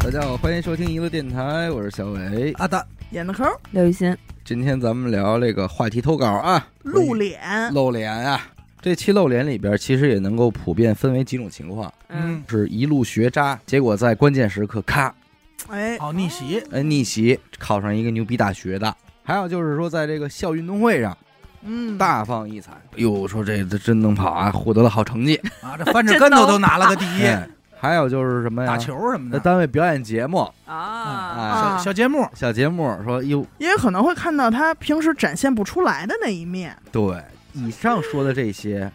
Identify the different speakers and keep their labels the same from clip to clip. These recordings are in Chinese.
Speaker 1: 大家好，欢迎收听娱乐电台，我是小伟。
Speaker 2: 啊
Speaker 3: 阿达
Speaker 2: 演的抠，
Speaker 4: 刘雨欣，
Speaker 1: 今天咱们聊这个话题投稿啊，
Speaker 2: 露脸，
Speaker 1: 露脸啊。这期露脸里边，其实也能够普遍分为几种情况，
Speaker 3: 嗯
Speaker 1: 是一路学渣，结果在关键时刻咔，
Speaker 2: 哎，
Speaker 3: 哦逆 袭，
Speaker 1: 呃，逆袭考上一个牛逼大学的。还有就是说，在这个校运动会上
Speaker 2: 嗯，
Speaker 1: 大放异彩，哎呦，说这这真能跑啊，获得了好成绩。
Speaker 3: 啊，这翻着跟头都拿了个第一，
Speaker 1: 哎还有就是什么呀？
Speaker 3: 打球什么
Speaker 1: 在
Speaker 3: 的，
Speaker 1: 单位表演节目、
Speaker 4: 啊，
Speaker 1: 啊，
Speaker 3: 小
Speaker 2: 啊
Speaker 3: 小节目，
Speaker 1: 小节目，说哟，
Speaker 2: 因为可能会看到他平时展现不出来的那一面，
Speaker 1: 对，以上说的这些，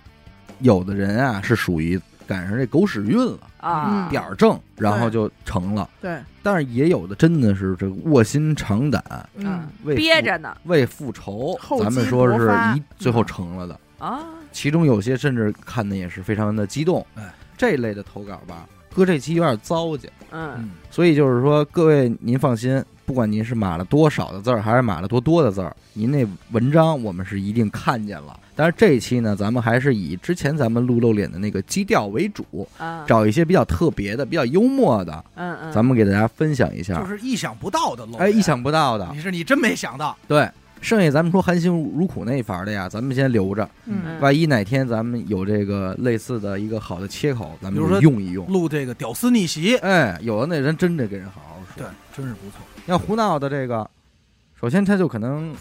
Speaker 1: 有的人啊是属于赶上这狗屎运了，
Speaker 4: 啊，
Speaker 1: 点儿正，然后
Speaker 2: 对
Speaker 1: 就成了。
Speaker 2: 对，
Speaker 1: 但是也有的真的是这个卧薪尝胆，
Speaker 4: 嗯
Speaker 2: 嗯，，
Speaker 1: 为
Speaker 4: 憋
Speaker 1: 复
Speaker 4: 着呢
Speaker 1: 为复仇，
Speaker 2: 厚积
Speaker 1: 咱们说
Speaker 2: 薄
Speaker 1: 是
Speaker 2: 发
Speaker 1: 一最后成了的。
Speaker 4: 啊，
Speaker 1: 其中有些甚至看的也是非常的激动。
Speaker 3: 哎，
Speaker 1: 这类的投稿吧，搁这期有点糟践。
Speaker 4: 嗯
Speaker 3: 嗯，
Speaker 1: 所以就是说，各位您放心，不管您是码了多少的字儿，还是码了多多的字儿，您那文章我们是一定看见了。但是这一期呢，咱们还是以之前咱们露露脸的那个基调为主，
Speaker 4: 啊，
Speaker 1: 嗯找一些比较特别的、比较幽默的，
Speaker 4: 嗯嗯，
Speaker 1: 咱们给大家分享一下
Speaker 3: 就。是意想不到的露脸，
Speaker 1: 哎，意想不到的，
Speaker 3: 你是你真没想到，
Speaker 1: 对。剩下咱们说含辛茹苦那一伐的呀，咱们先留着，
Speaker 2: 嗯
Speaker 1: 万一哪天咱们有这个类似的一个好的切口，咱们
Speaker 3: 比如
Speaker 1: 就
Speaker 3: 说
Speaker 1: 用一用。
Speaker 3: 录这个屌丝逆袭，
Speaker 1: 哎，有的那人真得给人好好说。
Speaker 3: 对，真是 不错，
Speaker 1: 要胡闹的这个，首先他就可能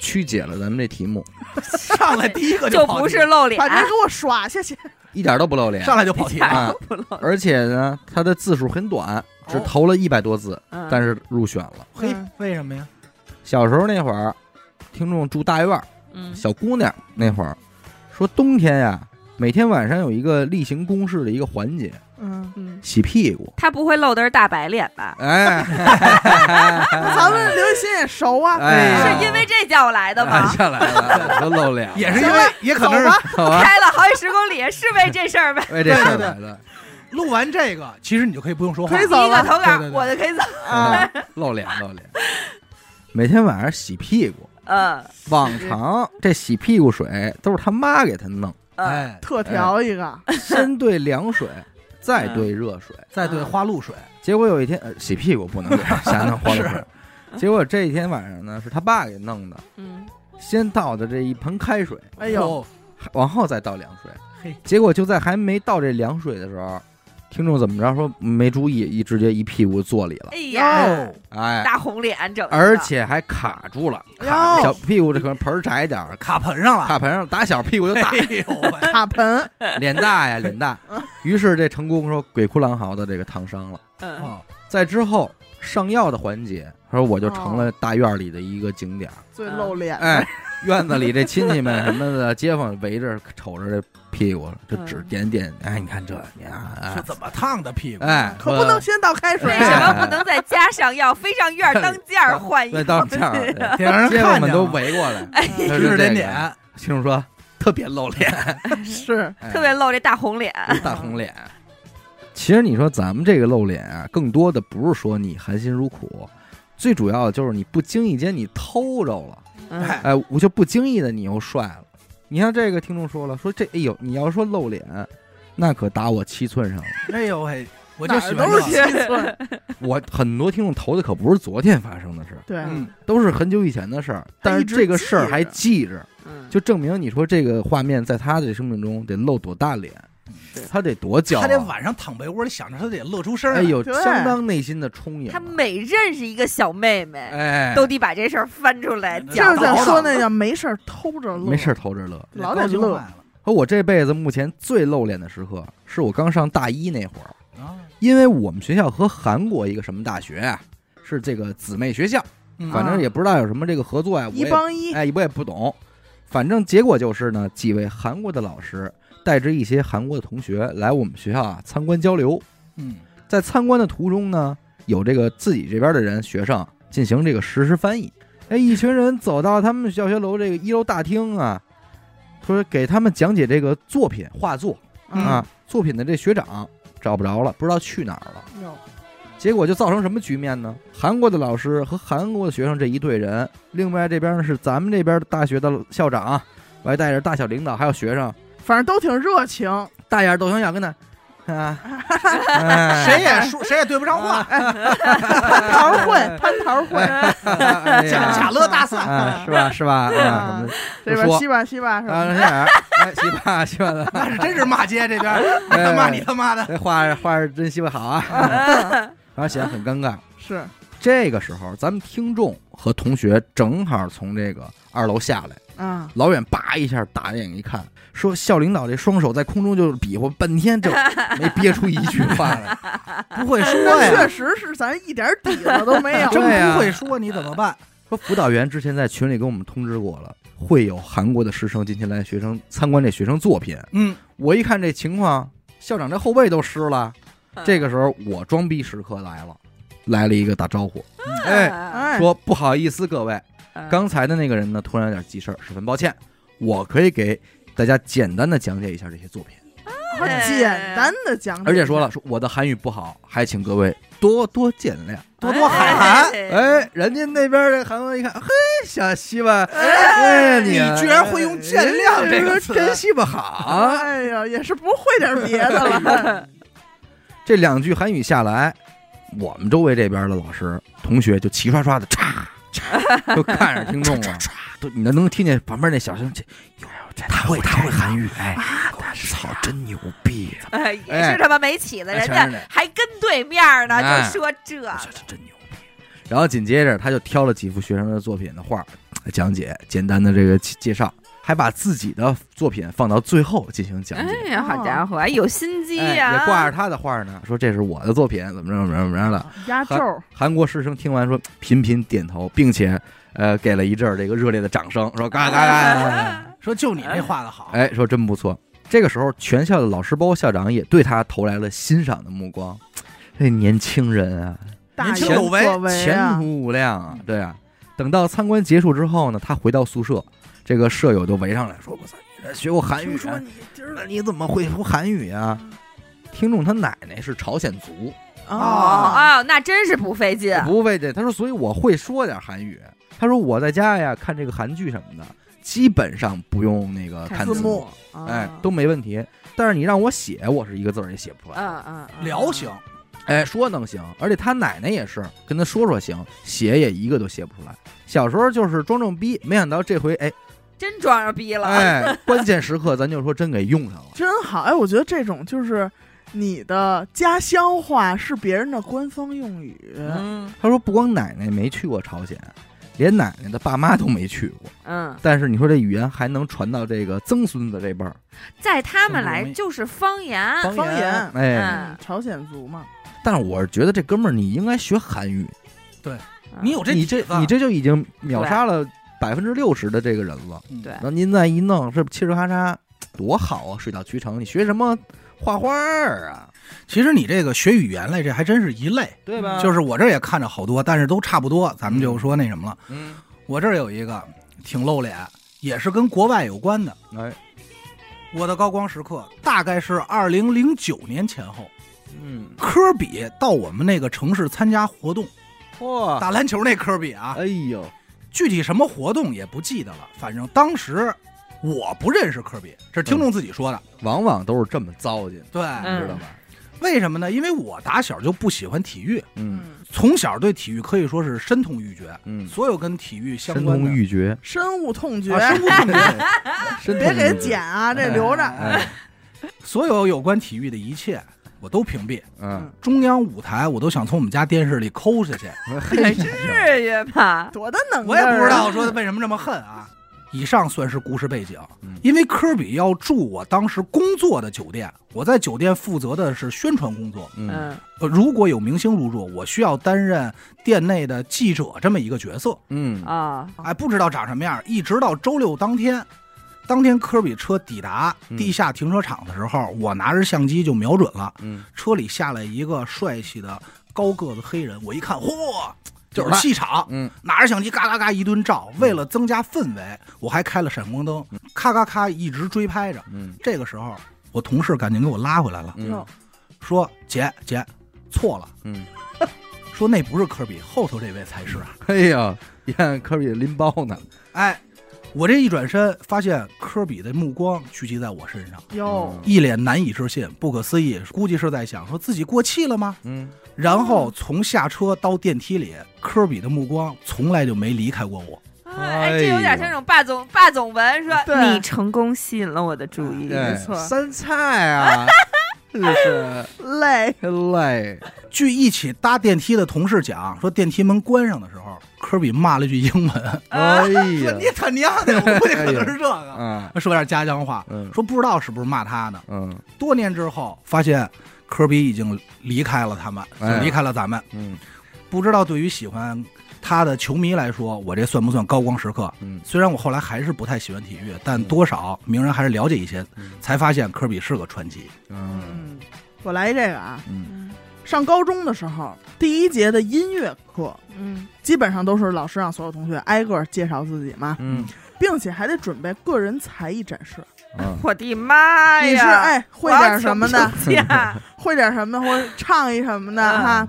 Speaker 1: 曲解了咱们这题目，
Speaker 3: 上来第一个
Speaker 4: 就
Speaker 3: 跑
Speaker 4: 不
Speaker 3: 题
Speaker 4: 是露脸，
Speaker 2: 把人给我耍下去，
Speaker 1: 一点都不露脸。
Speaker 3: 上来就跑题
Speaker 2: 嗯
Speaker 3: 了，
Speaker 1: 啊
Speaker 4: 啊，不露，
Speaker 1: 而且呢，他的字数很短，只
Speaker 3: 哦
Speaker 1: 投了一百多字，
Speaker 4: 嗯
Speaker 1: 但是入选了。
Speaker 3: 嘿
Speaker 2: 嗯，
Speaker 3: 为什么呀？
Speaker 1: 小时候那会儿，听众住大院儿，
Speaker 4: 嗯
Speaker 1: 小姑娘那会儿说冬天呀，每天晚上有一个例行公事的一个环节，
Speaker 2: 嗯，
Speaker 4: 嗯，
Speaker 1: 洗屁股。
Speaker 4: 他不会露的是大白脸吧？
Speaker 1: 哎，
Speaker 2: 咱们刘雨欣也熟啊，
Speaker 1: 哎
Speaker 3: 哎
Speaker 4: 是因为这叫我来的
Speaker 1: 按
Speaker 4: 吗？
Speaker 1: 下来 了，都露脸了，
Speaker 3: 也是因
Speaker 2: 行
Speaker 3: 为
Speaker 2: 了
Speaker 3: 也可能
Speaker 2: 走吧
Speaker 3: 是
Speaker 1: 好 吧？
Speaker 4: 开了好几十公里，是为这事儿呗。
Speaker 1: 为这事儿
Speaker 3: 对对对
Speaker 1: 来的，
Speaker 3: 录完这个，其实你就可以不用说话
Speaker 2: 可以
Speaker 3: 了，
Speaker 2: 走
Speaker 4: 第一个
Speaker 2: 了
Speaker 4: 投稿
Speaker 3: 对对对
Speaker 4: 我就可以走，
Speaker 1: 啊，露脸露脸。每天晚上洗屁股，
Speaker 4: 嗯
Speaker 1: 往常这洗屁股水都是他妈给他弄，
Speaker 4: 嗯，
Speaker 2: 呃
Speaker 3: 哎，
Speaker 2: 特调一个，
Speaker 1: 先兑凉水，再兑热水。
Speaker 3: 再
Speaker 2: 嗯
Speaker 3: 对花露水，
Speaker 1: 结果有一天，呃、洗屁股不能兑，瞎弄花露水
Speaker 3: 是。
Speaker 1: 结果这一天晚上呢，是他爸给弄的，
Speaker 4: 嗯
Speaker 1: 先倒的这一盆开水，
Speaker 2: 哎呦，
Speaker 3: 哦，
Speaker 1: 往后再倒凉水。
Speaker 3: 嘿，
Speaker 1: 结果就在还没倒这凉水的时候，听众怎么着说没注意，一直接一屁股坐里了
Speaker 4: 哎，呀，
Speaker 3: 哦
Speaker 1: 哎，
Speaker 4: 大红脸整的，
Speaker 1: 而且还卡住了，
Speaker 2: 哟
Speaker 1: 小屁股这可能盆儿窄点儿，
Speaker 3: 卡盆上了，
Speaker 1: 卡盆上打小屁股就大
Speaker 3: 哎，呦喂，
Speaker 2: 卡盆，
Speaker 1: 脸大呀，脸大。于是这成功说鬼哭狼嚎的这个烫伤了。
Speaker 4: 嗯
Speaker 3: 哦
Speaker 1: 在之后上药的环节，他说我就成了大院里的一个景点儿。
Speaker 2: 最露脸，
Speaker 1: 哎，院子里这亲戚们什么的，街坊围着瞅着这屁股，就指点点。哎，你看这，你看，
Speaker 3: 是
Speaker 1: 哎
Speaker 3: 怎么烫的屁股？
Speaker 1: 哎，
Speaker 2: 可不能先倒开水
Speaker 4: 为
Speaker 1: 对
Speaker 4: 什
Speaker 2: 啊，
Speaker 4: 么不能在家上药，非上院儿当间儿换衣
Speaker 1: 对，
Speaker 4: 服？
Speaker 1: 到这儿，
Speaker 3: 得让人
Speaker 1: 街
Speaker 3: 看
Speaker 1: 坊
Speaker 3: 见
Speaker 1: 们都
Speaker 3: 了
Speaker 1: 围过 来，
Speaker 4: 哎，
Speaker 1: 指
Speaker 3: 指指点。点，
Speaker 1: 听众说特别露脸，
Speaker 2: 是，
Speaker 1: 哎
Speaker 4: 特别露这大红脸，
Speaker 1: 大红脸。 其实你说咱们这个露脸啊，更多的不是说你含辛茹苦，最主要的就是你不经意间你偷着了，
Speaker 4: 嗯
Speaker 1: 哎，我就不经意的你又帅了。你像这个听众说了，说这哎呦，你要说露脸，那可打我七寸上了。
Speaker 3: 哎呦喂，我就
Speaker 2: 哪
Speaker 3: 喜
Speaker 2: 儿
Speaker 3: 欢
Speaker 2: 都是
Speaker 3: 这
Speaker 2: 七寸，
Speaker 1: 我很多听众投的可不是昨天发生的事儿，
Speaker 2: 对，
Speaker 3: 嗯，
Speaker 1: 都是很久以前的事儿，但是这个事儿还记着，
Speaker 4: 嗯，
Speaker 1: 就证明你说这个画面在他的生命中得露多大脸，他得多骄傲，啊
Speaker 3: 他得晚上躺被窝里想着他得乐出声儿来，
Speaker 1: 哎呦，
Speaker 2: 对
Speaker 1: 相当内心的充盈啊。
Speaker 4: 他每认识一个小妹妹，
Speaker 1: 哎，嗯
Speaker 4: 都得把这事儿翻出来
Speaker 3: 这
Speaker 2: 这
Speaker 4: 讲
Speaker 2: 是。在说那叫没事儿偷着乐，
Speaker 1: 没事儿，偷着乐。
Speaker 3: 这
Speaker 2: 老
Speaker 3: 高
Speaker 2: 得
Speaker 3: 兴
Speaker 2: 乐
Speaker 3: 坏了
Speaker 1: 而我这辈子目前最露脸的时刻，是我刚上大一那会儿，
Speaker 3: 啊，
Speaker 1: 因为我们学校和韩国一个什么大学啊，是这个姊妹学校，
Speaker 3: 嗯
Speaker 1: 反正也不知道有什么这个合作呀、我
Speaker 2: 一
Speaker 1: 也
Speaker 2: 帮一，
Speaker 1: 哎，我也不懂。反正结果就是呢，几位韩国的老师带着一些韩国的同学来我们学校啊参观交流，
Speaker 3: 嗯，
Speaker 1: 在参观的途中呢，有这个自己这边的人学生进行这个实时翻译。哎，一群人走到他们教学楼这个一楼大厅啊，说给他们讲解这个作品画作
Speaker 2: 嗯
Speaker 3: 嗯
Speaker 1: 啊，作品的这学长找不着了，不知道去哪儿了。
Speaker 2: 哟
Speaker 1: 结果就造成什么局面呢？韩国的老师和韩国的学生这一队人，另外这边呢是咱们这边大学的校长，还带着大小领导还有学生，
Speaker 2: 反正都挺热情。
Speaker 1: 大眼斗小眼跟 那，啊，哎
Speaker 3: 谁也说谁也对不上话，哎
Speaker 2: 蟠桃会，蟠桃会，
Speaker 1: 哎
Speaker 3: 假
Speaker 1: 呀
Speaker 3: 假乐大 赛，
Speaker 1: 啊，是吧是吧？啊，什么的
Speaker 2: 对吧？
Speaker 3: 哎
Speaker 1: 说
Speaker 2: 西吧西吧是
Speaker 1: 啊，
Speaker 2: 吧？
Speaker 1: 那眼儿，哎，西吧西吧的，
Speaker 3: 那是真是骂街这边儿，你
Speaker 1: 哎
Speaker 3: 他妈你他妈的，
Speaker 1: 这画儿画儿真西吧好啊，然后显得很尴尬。
Speaker 2: 是，
Speaker 1: 这个时候，咱们听众和同学正好从这个二楼下来，
Speaker 2: 嗯，
Speaker 1: 老远叭一下打眼一看，说校领导这双手在空中就比划半天，就没憋出一句话来，不会说
Speaker 2: 那确
Speaker 1: 呀。
Speaker 2: 实是咱一点底子都 没有。
Speaker 1: 对哎啊呀
Speaker 3: 真不会说你怎么 办？
Speaker 1: 说辅导员之前在群里跟我们通知过了，会有韩国的师生今天来学生参观这学生作品。
Speaker 3: 嗯，
Speaker 1: 我一看这情况，校长这后背都湿了。
Speaker 3: 嗯
Speaker 1: 这个时候，我装逼时刻来了，来了一个打招呼，哎，
Speaker 4: 哎，
Speaker 3: 嗯
Speaker 2: 哎，
Speaker 1: 说不好意思各位，
Speaker 4: 嗯
Speaker 1: 刚才的那个人呢，突然有点急事儿，十分抱歉。我可以给大家简单的讲解一下这些作品，
Speaker 4: 嗯
Speaker 2: 好简单的讲
Speaker 3: 嗯
Speaker 2: 解，
Speaker 1: 而哎且说了，说我的韩语不好，还请各位多多见谅。
Speaker 3: 多多喊喊，
Speaker 4: 嗯
Speaker 1: 哎，人家那边的韩国一看，嘿，小西吧，哎
Speaker 4: 哎
Speaker 1: 你哎
Speaker 3: 你居然会用见谅这个词
Speaker 1: 真西吧好。啊
Speaker 2: 哎呀，也是不会点别的
Speaker 1: 哎
Speaker 4: 嗯
Speaker 2: 了。
Speaker 1: 这两句韩语下来，我们周围这边的老师同学就齐刷刷 的嚓嚓，就看着听众 了，都你能能听见旁边那小声这，哟，这他会他会韩语哎，操，真牛逼！
Speaker 4: 哎，也是他妈没起子，
Speaker 1: 哎
Speaker 4: 人
Speaker 1: 全是
Speaker 4: 家
Speaker 1: 这
Speaker 4: 还跟对面呢，
Speaker 1: 哎
Speaker 4: 就说这个，
Speaker 1: 这真牛逼。然后紧接着他就挑了几幅学生的作品的画儿讲解，简单的这个介介绍，还把自己的作品放到最后进行讲解。
Speaker 4: 哎呀
Speaker 2: 哦
Speaker 4: 伙，还有心机
Speaker 1: 哎，也挂着他的画儿呢，说这是我的作品，怎么着怎么着怎么着的。
Speaker 2: 压轴，
Speaker 1: 韩国师生听完说频频点头，并且呃给了一阵儿这个热烈的掌声，说嘎嘎嘎嘎 嘎。
Speaker 3: 说就你这画的好，
Speaker 1: 哎，说真不错。这个时候，全校的老师包括校长也对他投来了欣赏的目光。这年轻人啊，
Speaker 2: 大
Speaker 3: 年
Speaker 2: 有
Speaker 3: 轻
Speaker 2: 所
Speaker 3: 有为
Speaker 2: 为
Speaker 1: 前
Speaker 2: 啊！
Speaker 1: 途无量啊，对啊。等到参观结束之后呢，他回到宿舍，这个舍友就围上来说：“我操，你这学过韩语
Speaker 2: 听
Speaker 1: 啊？
Speaker 2: 说你今儿
Speaker 1: 那你怎么会说韩语啊？”听众他奶奶是朝鲜族，
Speaker 4: 哦
Speaker 2: 啊，
Speaker 4: 哦，那真是不费劲，
Speaker 1: 不费劲。他说：“所以我会说点韩语。”他说：“我在家呀看这个韩剧什么的，基本上不用那个
Speaker 2: 看
Speaker 1: 看
Speaker 2: 字
Speaker 1: 字
Speaker 2: 幕啊
Speaker 1: 幕，哎，都没问题。但是你让我写，我是一个字儿也写不出来。
Speaker 2: 啊
Speaker 4: 嗯嗯，嗯
Speaker 3: 聊行，
Speaker 1: 哎，说能行，而且他奶奶也是跟他说说行，写也一个都写不出来。小时候就是装装逼，没想到这回哎
Speaker 4: 真装上逼了，
Speaker 1: 哎，关键时刻咱就说真给用上了。
Speaker 2: 真好。哎，我觉得这种就是你的家乡话是别人的官方用语，
Speaker 4: 嗯
Speaker 1: 他说不光奶奶没去过朝鲜，连奶奶的爸妈都没去过，
Speaker 4: 嗯，
Speaker 1: 但是你说这语言还能传到这个曾孙子这辈儿，
Speaker 4: 在他们
Speaker 3: 真不容
Speaker 4: 来
Speaker 3: 易
Speaker 4: 就是方言，
Speaker 1: 方
Speaker 2: 方言
Speaker 1: 哎，
Speaker 4: 嗯
Speaker 2: 嗯，朝鲜族嘛，
Speaker 1: 但是我是觉得这哥们儿你应该学韩语，
Speaker 4: 嗯
Speaker 3: 你有这
Speaker 1: 你啊
Speaker 3: 底
Speaker 1: 这
Speaker 3: 子
Speaker 1: 你这就已经秒杀了百分之六十的这个人了。
Speaker 4: 对
Speaker 1: 然后您再一弄，是不是嘁哩咔嚓，多好啊！水到渠成，你学什么画画儿啊？
Speaker 3: 其实你这个学语言来，这还真是一类。
Speaker 1: 对吧
Speaker 3: 就是是我这儿也看着好多，但是都差不多。咱们就说那什么了，
Speaker 1: 嗯，
Speaker 3: 我这儿有一个挺露脸，也是跟国外有关的。
Speaker 1: 哎，
Speaker 3: 我的高光时刻大概是二零零九年前后，
Speaker 1: 嗯，
Speaker 3: 科比到我们那个城市参加活动，
Speaker 1: 嚯，
Speaker 3: 打篮球那科比啊，
Speaker 1: 哎呦，
Speaker 3: 具体什么活动也不记得了，反正当时我不认识科比，这是听众自己说的。
Speaker 1: 往往都是这么糟践，
Speaker 3: 对，
Speaker 1: 你
Speaker 4: 嗯
Speaker 1: 知道吧？
Speaker 3: 为什么呢？因为我打小就不喜欢体育，
Speaker 1: 嗯
Speaker 2: 嗯，
Speaker 3: 从小对体育可以说是深痛欲绝，
Speaker 1: 嗯，
Speaker 3: 所有跟体育相
Speaker 1: 深
Speaker 3: 关
Speaker 1: 痛
Speaker 3: 的。
Speaker 1: 欲绝，
Speaker 2: 深恶痛绝
Speaker 3: 啊，，深恶痛绝，
Speaker 1: 深痛
Speaker 2: 别
Speaker 1: 欲
Speaker 2: 给
Speaker 1: 绝
Speaker 2: 剪。啊，这留着。
Speaker 1: 哎，
Speaker 3: 所有有关体育的一切我都屏蔽。
Speaker 1: 嗯，
Speaker 3: 中央舞台我都想从我们家电视里 抠下去，
Speaker 1: 嘿，
Speaker 4: 至于吗？
Speaker 2: 多大能
Speaker 3: 我也
Speaker 2: 耐啊
Speaker 3: 不知道说为什么这么恨啊。以上算是故事背景
Speaker 1: 嗯，
Speaker 3: 因为科比要住我当时工作的酒店，我在酒店负责的是宣传工作。
Speaker 1: 嗯
Speaker 4: 嗯
Speaker 3: 呃，如果有明星入住，我需要担任店内的记者这么一个角色。
Speaker 1: 嗯，
Speaker 4: 啊，
Speaker 3: 哎，不知道长什么样，一直到周六当天，当天科比车抵达
Speaker 1: 嗯
Speaker 3: 地下停车场的时候，我拿着相机就瞄准了，
Speaker 1: 嗯，
Speaker 3: 车里下来一个帅气的高个子黑人，我一看，嚯，
Speaker 1: 就是
Speaker 3: 有
Speaker 1: 他
Speaker 3: 气场，
Speaker 1: 嗯，
Speaker 3: 拿着相机嘎嘎嘎一顿照。为了增加氛围，我还开了闪光灯，咔咔咔一直追拍着。
Speaker 1: 嗯，
Speaker 3: 这个时候，我同事赶紧给我拉回来了，
Speaker 1: 嗯，
Speaker 3: 说：“姐姐，错了，
Speaker 1: 嗯，
Speaker 3: 说那不是科比，后头这位才是啊。
Speaker 1: 哎呀，看科比拎包呢，
Speaker 3: 哎，我这一转身，发现科比的目光聚集在我身上，
Speaker 2: 哟，
Speaker 3: 一脸难以置信、不可思议，估计是在想说自己过气了吗？
Speaker 1: 嗯，
Speaker 3: 然后从下车到电梯里，科比的目光从来就没离开过我。
Speaker 4: 哎，这有点像那种霸总霸总文，说
Speaker 2: 对
Speaker 4: 你成功吸引了我的注意力，
Speaker 1: 对
Speaker 4: 嗯没错，
Speaker 1: 酸哎菜啊，真是
Speaker 2: 累，
Speaker 1: 累，
Speaker 3: 据一起搭电梯的同事讲，说电梯门关上的时候，科比骂了句英文
Speaker 1: 哎：“
Speaker 3: 说
Speaker 1: 呀，哎
Speaker 3: 你他娘的，我估计可能是这个。
Speaker 1: 啊，
Speaker 3: 说点家乡话，
Speaker 1: 嗯
Speaker 3: 说不知道是不是骂他呢。
Speaker 1: 嗯
Speaker 3: 多年之后，发现科比已经离开了他们，
Speaker 1: 哎
Speaker 3: 离开了咱们。
Speaker 1: 嗯
Speaker 3: 不知道对于喜欢他的球迷来说，我这算不算高光时刻？
Speaker 1: 嗯，
Speaker 3: 虽然我后来还是不太喜欢体育，但多少名人还是了解一些
Speaker 1: 嗯，
Speaker 3: 才发现科比是个传奇。
Speaker 1: 嗯
Speaker 2: 嗯，我来这个啊，
Speaker 1: 嗯
Speaker 4: 嗯
Speaker 2: 上高中的时候，第一节的音乐课。
Speaker 4: 嗯
Speaker 2: 基本上都是老师让所有同学挨个儿介绍自己 嘛，
Speaker 1: 嗯
Speaker 2: 并且还得准备个人才艺展示。
Speaker 1: 嗯，
Speaker 4: 我的妈呀！
Speaker 2: 你是哎会点什么的，
Speaker 4: 我要请病假
Speaker 2: 会点什么或者唱一什么的
Speaker 4: 嗯
Speaker 2: 哈，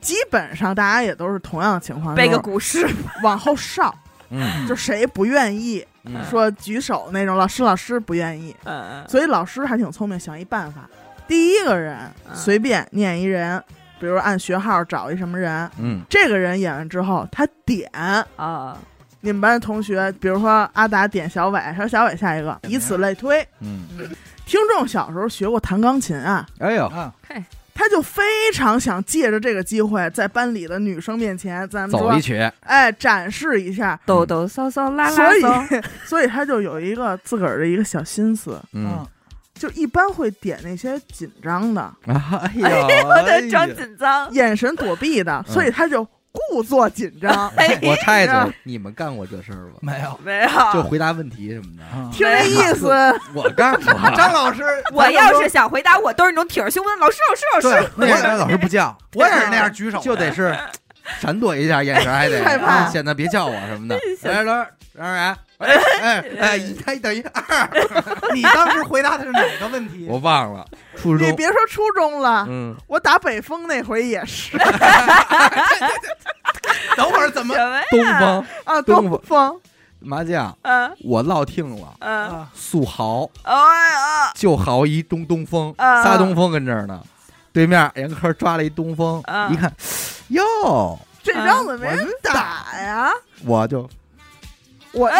Speaker 2: 基本上大家也都是同样的情况，
Speaker 4: 背个
Speaker 2: 就是
Speaker 4: 古诗，
Speaker 2: 往后稍，
Speaker 1: 嗯
Speaker 2: 就谁不愿意
Speaker 1: 嗯
Speaker 2: 说举手那种，老师老师不愿意，
Speaker 4: 嗯
Speaker 2: 所以老师还挺聪明，想一办法，第一个人
Speaker 4: 嗯
Speaker 2: 随便念一人，比如按学号找一什么人，
Speaker 1: 嗯
Speaker 2: 这个人演完之后，他点
Speaker 4: 啊，
Speaker 2: 你们班的同学，比如说阿达点小伟，说小伟下一个，以此类推。
Speaker 1: 嗯，
Speaker 2: 听众小时候学过弹钢琴啊，
Speaker 1: 哎呦，
Speaker 3: 啊，
Speaker 2: 他就非常想借着这个机会，在班里的女生面前，咱们
Speaker 1: 走
Speaker 2: 说
Speaker 1: 一，曲，
Speaker 2: 哎，展示一下。
Speaker 4: 抖抖搔搔拉拉
Speaker 2: 所以
Speaker 4: 搔，，
Speaker 2: 所以他就有一个自个儿的一个小心思，
Speaker 3: 啊
Speaker 1: 嗯，
Speaker 2: 就一般会点那些紧张的、
Speaker 1: 哎
Speaker 4: 哎
Speaker 1: 呀，
Speaker 4: 呦我的装
Speaker 1: 哎呀
Speaker 4: 紧张，
Speaker 2: 眼神躲避的，
Speaker 1: 嗯
Speaker 2: 所以他就故作紧张。
Speaker 4: 哎啊
Speaker 1: 我插一嘴，你们干过这事儿吗？
Speaker 3: 没有。
Speaker 4: 没有，
Speaker 1: 就回答问题什么的，
Speaker 3: 啊
Speaker 2: 听这意思，
Speaker 1: 我干 过。
Speaker 3: 张老师，
Speaker 4: 我要是想回答，我都是那种挺着胸的老师，老师，老
Speaker 1: 那
Speaker 3: 对
Speaker 4: 师，
Speaker 3: 我
Speaker 1: 个老师不叫，
Speaker 3: 我也是那样举手的，
Speaker 1: 就得是闪躲一下，眼神还 得啊
Speaker 2: 害怕
Speaker 1: 显得别叫我什么的。
Speaker 4: 小
Speaker 1: 来来来，哎哎哎，一加一等于二，
Speaker 3: 你当时回答的是哪个问 题？
Speaker 1: 我忘了初
Speaker 2: 你
Speaker 1: 中。
Speaker 2: 别说初中了，
Speaker 1: 嗯，
Speaker 2: 我打北风那回也 是
Speaker 3: 等会儿怎 么
Speaker 4: 什么呀？
Speaker 1: 东方
Speaker 2: 啊，
Speaker 1: 东
Speaker 2: 东风，
Speaker 1: 麻将
Speaker 4: 嗯
Speaker 1: 我落听了，
Speaker 4: 嗯，
Speaker 3: 啊？
Speaker 1: 速豪
Speaker 4: 哎 呀，
Speaker 1: 就豪一东东风，
Speaker 4: 啊
Speaker 1: 仨东风跟这儿呢。对面严科抓了一东风，
Speaker 4: 啊
Speaker 1: 一看，哟，
Speaker 2: 这
Speaker 4: 嗯
Speaker 2: 招怎么没
Speaker 1: 我
Speaker 2: 人打呀？哎
Speaker 1: 我就
Speaker 2: 我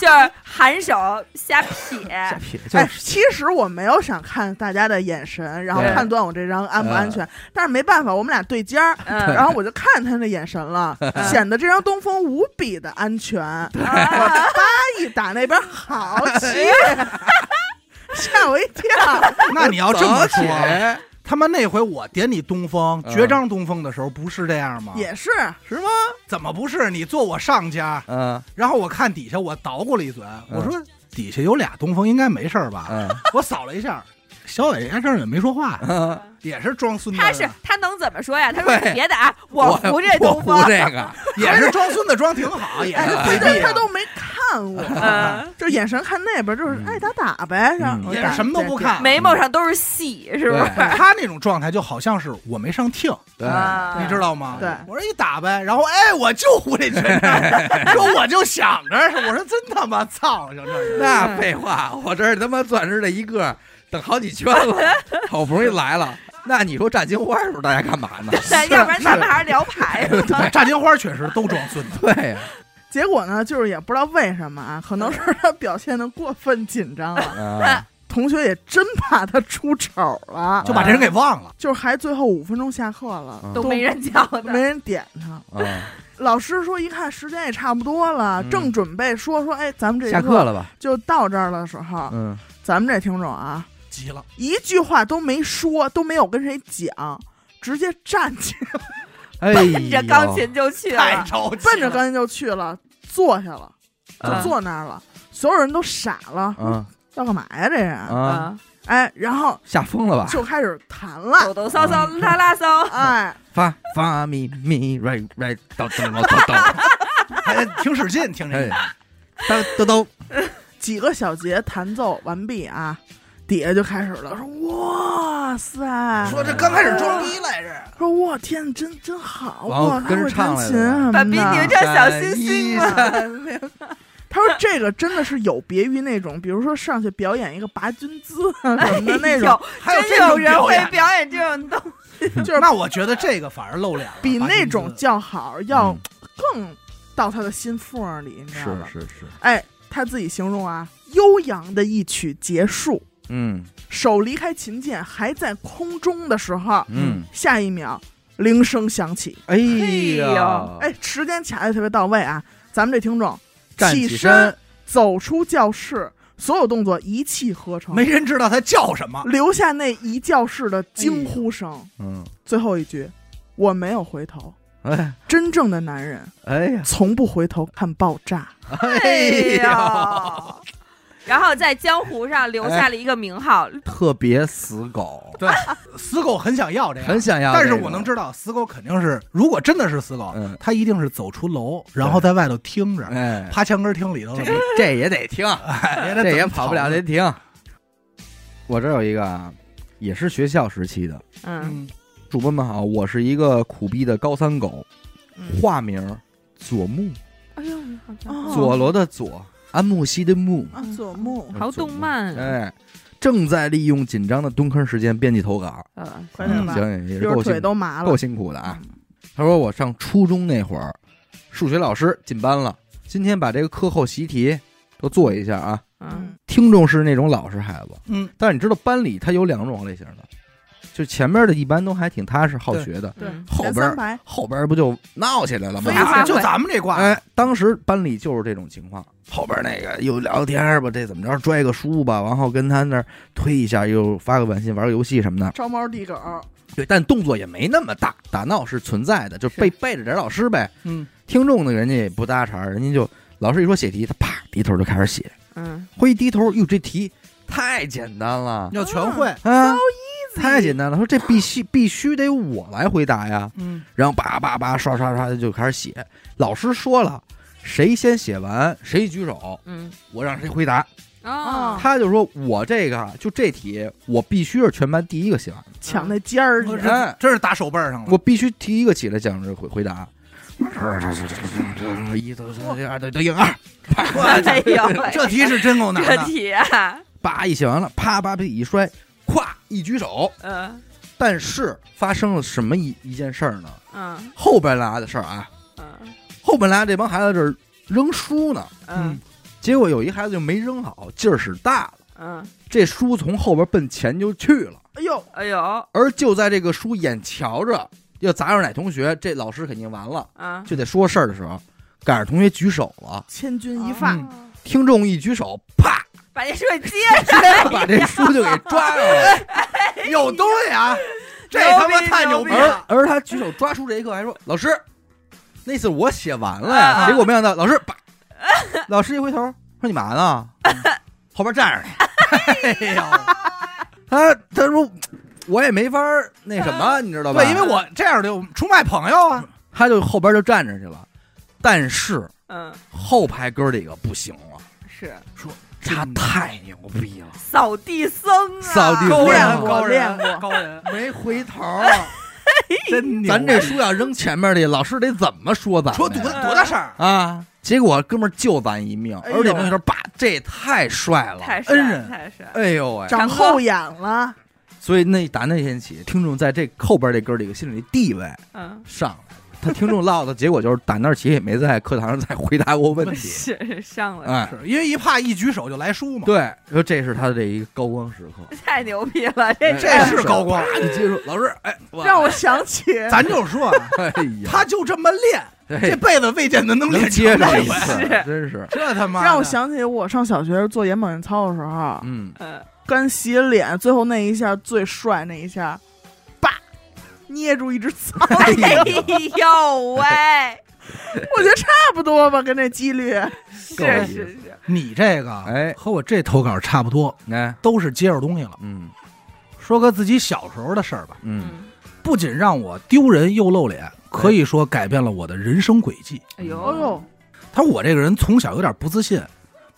Speaker 4: 就是含手瞎撇啊
Speaker 1: 瞎，撇，就
Speaker 2: 哎
Speaker 1: 是，
Speaker 2: 其实我没有想看大家的眼神，然后
Speaker 1: 对
Speaker 2: 判断我这张安不
Speaker 3: 嗯
Speaker 2: 安全，但是没办法，我们俩对尖儿，
Speaker 4: 嗯，
Speaker 2: 然后我就看他的眼神了，
Speaker 3: 嗯
Speaker 2: 显得这张东风无比的安全。
Speaker 4: 啊
Speaker 2: 他一打那边 好气，吓我一 跳。
Speaker 3: 那你
Speaker 4: 哎
Speaker 3: 要这么
Speaker 1: 早起
Speaker 3: 说，啊他妈那回我点你东风
Speaker 1: 嗯
Speaker 3: 绝张东风的时候，不是这样吗？
Speaker 2: 也是，
Speaker 3: 是吗？怎么不是？你坐我上家，
Speaker 1: 嗯
Speaker 3: 然后我看底下，我捣鼓了一嘴，我说底下有俩东风，应该没事儿吧？
Speaker 1: 嗯
Speaker 3: 我扫了一下，小伟压根儿也没说话，
Speaker 1: 嗯，
Speaker 3: 也是装孙子，
Speaker 4: 他是他能怎么说呀？他说
Speaker 1: 对
Speaker 4: 别打，我扶这
Speaker 1: 我
Speaker 4: 东
Speaker 1: 服
Speaker 4: 风，
Speaker 1: 这个，
Speaker 3: 也是装孙子，装挺好，也
Speaker 2: 哎，
Speaker 3: 是
Speaker 2: 他
Speaker 3: 回
Speaker 2: 都
Speaker 3: 避
Speaker 2: 他
Speaker 3: 啊，
Speaker 2: 都没看我，
Speaker 4: 嗯，
Speaker 2: 就眼神看那边，就是
Speaker 1: 嗯
Speaker 2: 爱打打呗，然后
Speaker 3: 啊也是什么都不看。啊
Speaker 4: 眉毛上都是细，是不是？
Speaker 3: 他那种状态就好像是我没上听，
Speaker 1: 对，
Speaker 4: 啊
Speaker 3: 你知道吗？
Speaker 2: 对
Speaker 3: 我说你打呗，然后哎，我就胡这拳头，说我就想着，我说真他妈操，就这样。
Speaker 1: 那
Speaker 4: 嗯
Speaker 1: 废话，我这儿他妈钻石这一个，等好几圈 了，好不容易来了。那你说炸金花是不是大家干嘛呢？
Speaker 4: 对，要不然他们还是聊牌 吧。
Speaker 3: 那炸金花确实都装孙子，
Speaker 1: 对呀，
Speaker 2: 结果呢，就是也不知道为什么啊，可能是他表现的过分紧张 了，
Speaker 1: 啊
Speaker 2: 同学也真怕他出丑了，
Speaker 3: 就把这人给忘了。
Speaker 2: 就是还最后五分钟下课了，
Speaker 1: 嗯
Speaker 4: 都没人教的，
Speaker 2: 没人点他。
Speaker 1: 啊，
Speaker 2: 老师说一看时间也差不多了，
Speaker 1: 嗯
Speaker 2: 正准备说说，哎，咱们这
Speaker 1: 下课了吧？
Speaker 2: 就到这儿的时候，
Speaker 1: 嗯，
Speaker 2: 咱们这听众啊，
Speaker 3: 急了，
Speaker 2: 一句话都没说，都没有跟谁讲，直接站起，
Speaker 1: 哎呦，
Speaker 4: 奔着钢琴就去
Speaker 3: 太
Speaker 4: 了，
Speaker 3: 着急了，
Speaker 2: 奔着钢琴就去了，
Speaker 1: 嗯
Speaker 2: 坐下了，就
Speaker 4: 嗯
Speaker 2: 坐那儿了，所有人都傻了，
Speaker 1: 啊
Speaker 2: 要干嘛呀？这人，
Speaker 1: 啊，
Speaker 4: 啊，
Speaker 2: 哎，然后
Speaker 1: 吓疯了吧？
Speaker 2: 就开始弹了，
Speaker 4: 抖抖搔搔拉拉搔，
Speaker 2: 哎，
Speaker 1: 发发咪咪瑞瑞哆哆哆哆 哆，
Speaker 3: 还哎挺使劲，听着。
Speaker 1: 哎，哆哆哆，
Speaker 2: 几个小节弹奏完毕啊，底下就开始了，说哇塞，
Speaker 3: 说这刚开始装逼来着，
Speaker 2: 说我天，真真好，
Speaker 1: 然后
Speaker 2: 哇，他
Speaker 1: 跟着
Speaker 2: 会
Speaker 1: 唱
Speaker 2: 弹
Speaker 1: 来
Speaker 2: 琴
Speaker 1: 了
Speaker 2: 什么
Speaker 4: 爸
Speaker 2: 的。
Speaker 4: 比，你们这小心心吗？
Speaker 2: 他说这个真的是有别于那种，比如说上去表演一个拔军姿啊 什么的那种，
Speaker 3: 还有
Speaker 4: 真
Speaker 3: 这种
Speaker 4: 有人会
Speaker 3: 演，
Speaker 4: 表演这种东西，
Speaker 3: 就是那我觉得这个反而露脸了，
Speaker 2: 比
Speaker 3: 拔
Speaker 2: 那
Speaker 3: 金
Speaker 2: 种
Speaker 3: 丝
Speaker 2: 叫好要更到他的心缝儿里，你知道
Speaker 1: 嗯是
Speaker 2: 吧？
Speaker 1: 是是，
Speaker 2: 哎，他自己形容啊，悠扬的一曲结束，
Speaker 1: 嗯
Speaker 2: 手离开琴键还在空中的时候，
Speaker 1: 嗯，
Speaker 2: 下一秒铃声响起，
Speaker 1: 哎
Speaker 4: 哎
Speaker 1: 呀
Speaker 4: 呦，
Speaker 2: 哎，时间卡的特别到位啊！咱们这听众
Speaker 1: 站
Speaker 2: 起
Speaker 1: 起身，
Speaker 2: 走出教室，所有动作一气呵成，
Speaker 3: 没人知道他叫什么，
Speaker 2: 留下那一教室的惊呼声。
Speaker 1: 嗯，
Speaker 2: 最后一句，我没有回头。
Speaker 1: 哎
Speaker 2: 真正的男人
Speaker 1: 哎呀，
Speaker 2: 从不回头看爆炸。
Speaker 1: 哎呀，
Speaker 4: 呦！然后在江湖上留下了一个名号，
Speaker 1: 特别死狗，
Speaker 3: 对，死狗很想要这
Speaker 1: 很
Speaker 3: 个。
Speaker 1: 想要这
Speaker 3: 但
Speaker 1: 个，
Speaker 3: 是我能知道，死狗肯定是，如果真的是死狗
Speaker 1: 嗯，
Speaker 3: 他一定是走出楼，然后在外头听着，
Speaker 1: 哎，
Speaker 3: 趴墙根儿听里头了
Speaker 1: 这。 这也得听，
Speaker 3: 哎
Speaker 1: 这也跑不了，得停。我这儿有一个啊，也是学校时期的。
Speaker 4: 嗯，
Speaker 3: 嗯，
Speaker 1: 主播们好，我是一个苦逼的高三狗，
Speaker 4: 嗯
Speaker 1: 化名佐木，
Speaker 4: 哎呦，
Speaker 2: 哦
Speaker 1: 佐罗的佐，安慕希的慕，
Speaker 2: 啊，左木，
Speaker 4: 好动漫啊
Speaker 1: 哎，正在利用紧张的蹲坑时间编辑投稿，
Speaker 4: 呃，
Speaker 2: 快点
Speaker 1: 嗯
Speaker 2: 吧，
Speaker 1: 行，也
Speaker 2: 一
Speaker 1: 是
Speaker 2: 会儿
Speaker 1: 够
Speaker 2: 腿
Speaker 1: 辛苦
Speaker 2: 都麻了
Speaker 1: 够。辛苦的啊。他说我上初中那会儿，数学老师进班了，今天把这个课后习题都做一下啊。
Speaker 4: 嗯，
Speaker 1: 听众是那种老实孩子，
Speaker 3: 嗯，
Speaker 1: 但是你知道班里他有两种类型的，就前面的一般都还挺踏实好
Speaker 3: 对
Speaker 1: 学的，
Speaker 2: 对
Speaker 4: 嗯，
Speaker 1: 后
Speaker 2: 前
Speaker 1: 边
Speaker 2: 三
Speaker 1: 儿
Speaker 2: 排
Speaker 1: 后边儿不就闹起来了吗
Speaker 3: 非？
Speaker 4: 常
Speaker 3: 常就咱们这挂，
Speaker 1: 哎，当时班里就是这种情况，后边那个又聊天儿吧，这怎么着拽个书吧，然后跟他那儿推一下，又发个短信，玩个游戏什么的。
Speaker 2: 招猫递狗，
Speaker 1: 对，但动作也没那么大，打闹是存在的，就背背着点老师呗。
Speaker 3: 嗯，
Speaker 1: 听众呢，人家也不搭茬儿，人家就老师一说写题，他啪低头就开始写，
Speaker 4: 嗯，
Speaker 1: 会一低头，哟，这题太简单了
Speaker 3: 要全会，
Speaker 1: 啊，太简单了，说这必须必须得我来回答呀。
Speaker 3: 嗯，
Speaker 1: 然后叭叭叭刷刷刷就开始写。老师说了，谁先写完谁举手，
Speaker 4: 嗯，
Speaker 1: 我让谁回答。
Speaker 4: 哦，
Speaker 1: 他就说我这个就这题，我必须是全班第一个写完，
Speaker 2: 抢那尖儿去
Speaker 3: 我
Speaker 1: 是哎
Speaker 3: 这真是打手背儿上了。
Speaker 1: 我必须第一个起来讲这回回答。一都是二都都应二，
Speaker 4: 哎呦，
Speaker 3: 这题是真够难
Speaker 4: 这
Speaker 3: 的，嗯
Speaker 4: 题啊，
Speaker 1: 叭一写完了，啪啪啪一摔，咵一举手。
Speaker 4: 嗯
Speaker 1: 但是发生了什么一一件事儿呢？
Speaker 4: 嗯
Speaker 1: 后边拉的事儿啊，
Speaker 4: 嗯
Speaker 1: 后边拉这帮孩子这儿扔书呢，
Speaker 4: 嗯
Speaker 1: 结果有一孩子就没扔好，劲儿使大了。
Speaker 4: 嗯，
Speaker 1: 这书从后边奔前就去了，
Speaker 2: 哎呦，
Speaker 4: 哎呦，
Speaker 1: 而就在这个书眼瞧着要砸着哪同学，这老师肯定完了，
Speaker 4: 嗯，
Speaker 1: 就得说事儿的时候，赶上同学举手了，
Speaker 2: 千钧一发，
Speaker 4: 嗯
Speaker 1: 听众一举手，啪，
Speaker 4: 把这水接
Speaker 1: 直接把这书就给抓住了。
Speaker 3: 有东西啊，这他妈太牛逼
Speaker 1: 而
Speaker 3: 了。
Speaker 1: 而他举手抓书这一刻还说：“老师，那次我写完了
Speaker 4: 啊
Speaker 1: 呀。”结果没想到老师啪，老师一回头说：“你嘛呢？”嗯后边站着呢。
Speaker 3: 哎呦，
Speaker 1: 他他说：“我也没法儿那什么，你知道吧？”
Speaker 3: 对，因为我这样就出卖朋友啊。
Speaker 1: 他就后边就站着去了。但是
Speaker 4: 嗯，
Speaker 1: 后排哥几个不行了，
Speaker 4: 是
Speaker 1: 他太牛逼了，
Speaker 4: 扫地僧啊，
Speaker 1: 扫地
Speaker 3: 高
Speaker 1: 僧
Speaker 3: 人，
Speaker 1: 练
Speaker 2: 过
Speaker 3: 高人，
Speaker 2: 练
Speaker 3: 高
Speaker 2: 过
Speaker 3: 人，哎
Speaker 1: 没回头。
Speaker 3: 真牛！
Speaker 1: 咱这书要扔前面去，老师得怎么说哎咱们呀？
Speaker 3: 说多多大事儿，
Speaker 1: 啊！结果哥们儿救咱一命，
Speaker 2: 哎呦
Speaker 1: 而且那时候爸这也太帅了，
Speaker 4: 太
Speaker 3: 恩
Speaker 4: 帅
Speaker 3: 人
Speaker 4: 太帅，
Speaker 1: 哎呦喂！
Speaker 2: 长后眼了，
Speaker 1: 所以那打那天起，听众在这后边这哥几个心里地位
Speaker 4: 嗯，
Speaker 1: 上来了。他听众唠的结果就是打那儿起也没在课堂上再回答过问题，
Speaker 4: 是是上了，
Speaker 1: 哎，
Speaker 3: 啊是因为一怕一举手就来书嘛。
Speaker 1: 对，说这是他的一个高光时刻。
Speaker 4: 太牛逼了，这
Speaker 1: 哎
Speaker 4: 这
Speaker 3: 这是高光。
Speaker 1: 你接住，老师，哎，
Speaker 2: 让我 想起
Speaker 3: 咱就说啊，
Speaker 1: 哎呀，
Speaker 3: 他就这么练，这
Speaker 1: 哎
Speaker 3: 辈子未见得能
Speaker 1: 能
Speaker 3: 练
Speaker 1: 接
Speaker 3: 成
Speaker 1: 上
Speaker 3: 这
Speaker 1: 一
Speaker 3: 回。
Speaker 1: 次，真是，
Speaker 3: 这他妈的
Speaker 2: 让我想起我上小学做眼保健操的时候，
Speaker 1: 嗯，
Speaker 4: 嗯，
Speaker 2: 干洗脸最后那一下最帅那一下，叭，捏住一只 草，
Speaker 4: 哎呦喂，
Speaker 2: 我觉得差不多吧，跟这几率。
Speaker 1: 够有
Speaker 4: 是
Speaker 1: 意思
Speaker 4: 是是，
Speaker 3: 你这个，
Speaker 1: 哎
Speaker 3: 和我这投稿差不多，
Speaker 1: 哎，
Speaker 3: 都是接着东西了。
Speaker 1: 嗯
Speaker 3: 说个自己小时候的事儿吧，
Speaker 1: 嗯，
Speaker 4: 嗯，
Speaker 3: 不仅让我丢人又露脸，可以说改变了我的人生轨迹。
Speaker 4: 哎
Speaker 2: 哦
Speaker 4: 呦，
Speaker 2: 呦，
Speaker 3: 他说我这个人从小有点不自信，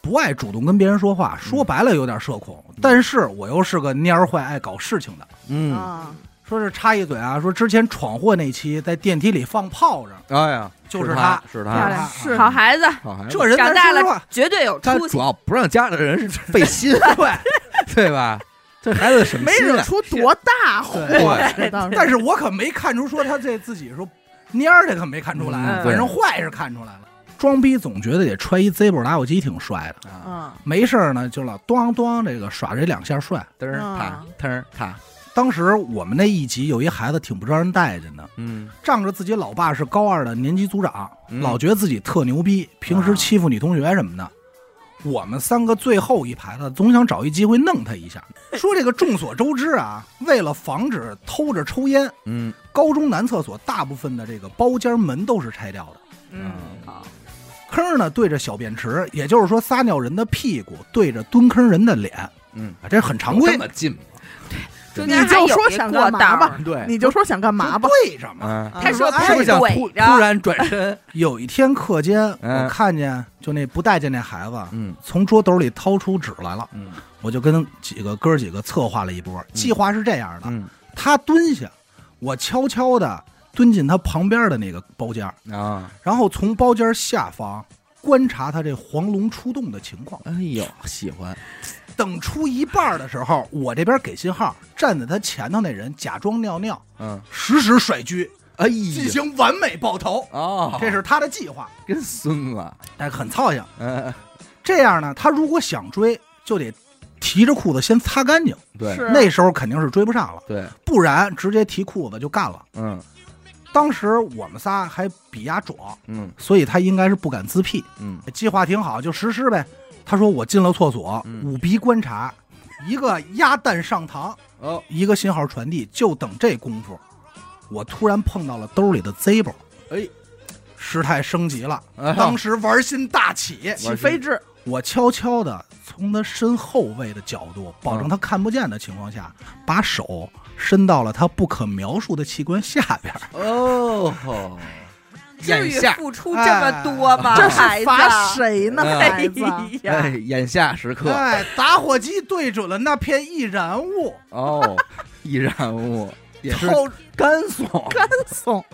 Speaker 3: 不爱主动跟别人说话，说白了有点社恐，但是我又是个蔫儿坏、爱搞事情的。
Speaker 1: 嗯，
Speaker 2: 啊，
Speaker 3: 说是插一嘴啊，说之前闯祸那期在电梯里放炮仗，
Speaker 1: 哎呀，
Speaker 3: 就是是
Speaker 1: 他
Speaker 3: 他，
Speaker 1: 是
Speaker 2: 漂
Speaker 1: 他，
Speaker 2: 亮是
Speaker 4: 好孩子，
Speaker 1: 好孩子，
Speaker 3: 这人
Speaker 4: 长
Speaker 3: 咱
Speaker 4: 大
Speaker 3: 说实
Speaker 4: 了
Speaker 3: 话，
Speaker 4: 绝对有
Speaker 1: 他
Speaker 4: 出息
Speaker 1: 主。要不让家里人是费心，
Speaker 3: 对，
Speaker 1: 对吧？这孩子什么
Speaker 2: 没
Speaker 1: 心
Speaker 2: 惹
Speaker 1: 啊？
Speaker 2: 出多大祸，
Speaker 3: 对
Speaker 2: 这倒
Speaker 3: 但是我可没看出说他这自己说蔫儿，这可没看出来，
Speaker 4: 嗯
Speaker 3: 反正坏是看出来了。装逼总觉得得穿一 Zippo 打火机挺帅的，
Speaker 2: 嗯，
Speaker 3: 没事儿呢就老咣咣这个耍这两下帅。
Speaker 1: 嘚儿他
Speaker 2: 啊
Speaker 1: 嘚儿他，
Speaker 3: 当时我们那一集有一孩子挺不招人待见的，
Speaker 1: 嗯
Speaker 3: 仗着自己老爸是高二的年级组长，
Speaker 1: 嗯
Speaker 3: 老觉得自己特牛逼，平时
Speaker 2: 啊
Speaker 3: 欺负女同学什么的。我们三个最后一排的总想找一机会弄他一下。说这个众所周知啊，为了防止偷着抽烟，
Speaker 1: 嗯
Speaker 3: 高中男厕所大部分的这个包间门都是拆掉的，
Speaker 1: 嗯
Speaker 4: 好，
Speaker 3: 坑呢对着小便池，也就是说撒尿人的屁股对着蹲坑人的脸啊，
Speaker 1: 嗯，
Speaker 3: 这很常规
Speaker 1: 这。么近吗？
Speaker 4: 中
Speaker 2: 你
Speaker 4: 间还
Speaker 2: 就
Speaker 4: 有
Speaker 2: 说
Speaker 4: 一
Speaker 2: 想
Speaker 4: 过
Speaker 2: 干嘛
Speaker 4: 道
Speaker 2: 吧
Speaker 4: 儿，
Speaker 1: 嗯对，
Speaker 2: 你就说想干嘛吧，
Speaker 3: 对着嘛。
Speaker 1: 嗯，
Speaker 2: 啊
Speaker 4: 他说
Speaker 3: 哎
Speaker 1: 是不
Speaker 4: 不
Speaker 1: 是
Speaker 4: 是
Speaker 1: 想
Speaker 4: 鬼
Speaker 1: 突
Speaker 4: 着，
Speaker 1: 突然转身？
Speaker 3: 有一天课间，
Speaker 1: 嗯
Speaker 3: 我看见就那不待见那孩子，
Speaker 1: 嗯
Speaker 3: 从桌兜里掏出纸来了，
Speaker 1: 嗯
Speaker 3: 我就跟几个哥儿几个策划了一波。计划是这样的：
Speaker 1: 嗯
Speaker 3: 他蹲下，我悄悄的蹲进他旁边的那个包间儿，
Speaker 1: 啊，
Speaker 3: 然后从包间儿下方观察他这黄龙出洞的情况。
Speaker 1: 哎呦，喜欢，
Speaker 3: 等出一半儿的时候，我这边给信号，站在他前头那人假装尿尿，
Speaker 1: 嗯，
Speaker 3: 实时甩狙，
Speaker 1: 哎
Speaker 3: 进
Speaker 1: 呀，
Speaker 3: 行完美爆头。
Speaker 1: 哦，
Speaker 3: 这是他的计划，
Speaker 1: 跟孙子，
Speaker 3: 哎，很操性。
Speaker 1: 嗯，
Speaker 3: 这样呢，他如果想追，就得提着裤子先擦干净，
Speaker 1: 对
Speaker 2: 是
Speaker 3: 那时候肯定是追不上了，
Speaker 1: 对，
Speaker 3: 不然直接提裤子就干了。
Speaker 1: 嗯
Speaker 3: 当时我们仨还比压壮，
Speaker 1: 嗯
Speaker 3: 所以他应该是不敢自辟。
Speaker 1: 嗯，
Speaker 3: 计划挺好，就实施呗。他说我进了厕所，
Speaker 1: 嗯
Speaker 3: 捂鼻观察，一个鸭蛋上膛，
Speaker 1: 哦，
Speaker 3: 一个信号传递，就等这功夫，我突然碰到了兜里的 Zippo，
Speaker 1: 哎，
Speaker 3: 事态升级了，
Speaker 1: 哎
Speaker 3: 当时玩心大起，
Speaker 2: 起飞智，
Speaker 3: 我悄悄的从他身后位的角度，保
Speaker 1: 嗯
Speaker 3: 证他看不见的情况下，把手伸到了他不可描述的器官下边儿。
Speaker 1: 哦吼，
Speaker 4: 至
Speaker 1: 哎眼
Speaker 4: 于
Speaker 1: 下，
Speaker 4: 付出这么多吗？
Speaker 3: 哎
Speaker 2: 这
Speaker 4: 孩子
Speaker 2: 是啊罚谁呢，
Speaker 1: 嗯
Speaker 2: 孩子？
Speaker 4: 哎
Speaker 1: 哎
Speaker 4: 呀，，
Speaker 1: 眼下时刻，
Speaker 3: 哎，打火机对准了那片易燃物，
Speaker 1: 哦，易燃物也是
Speaker 3: 掏
Speaker 1: 干爽，
Speaker 2: 干怂，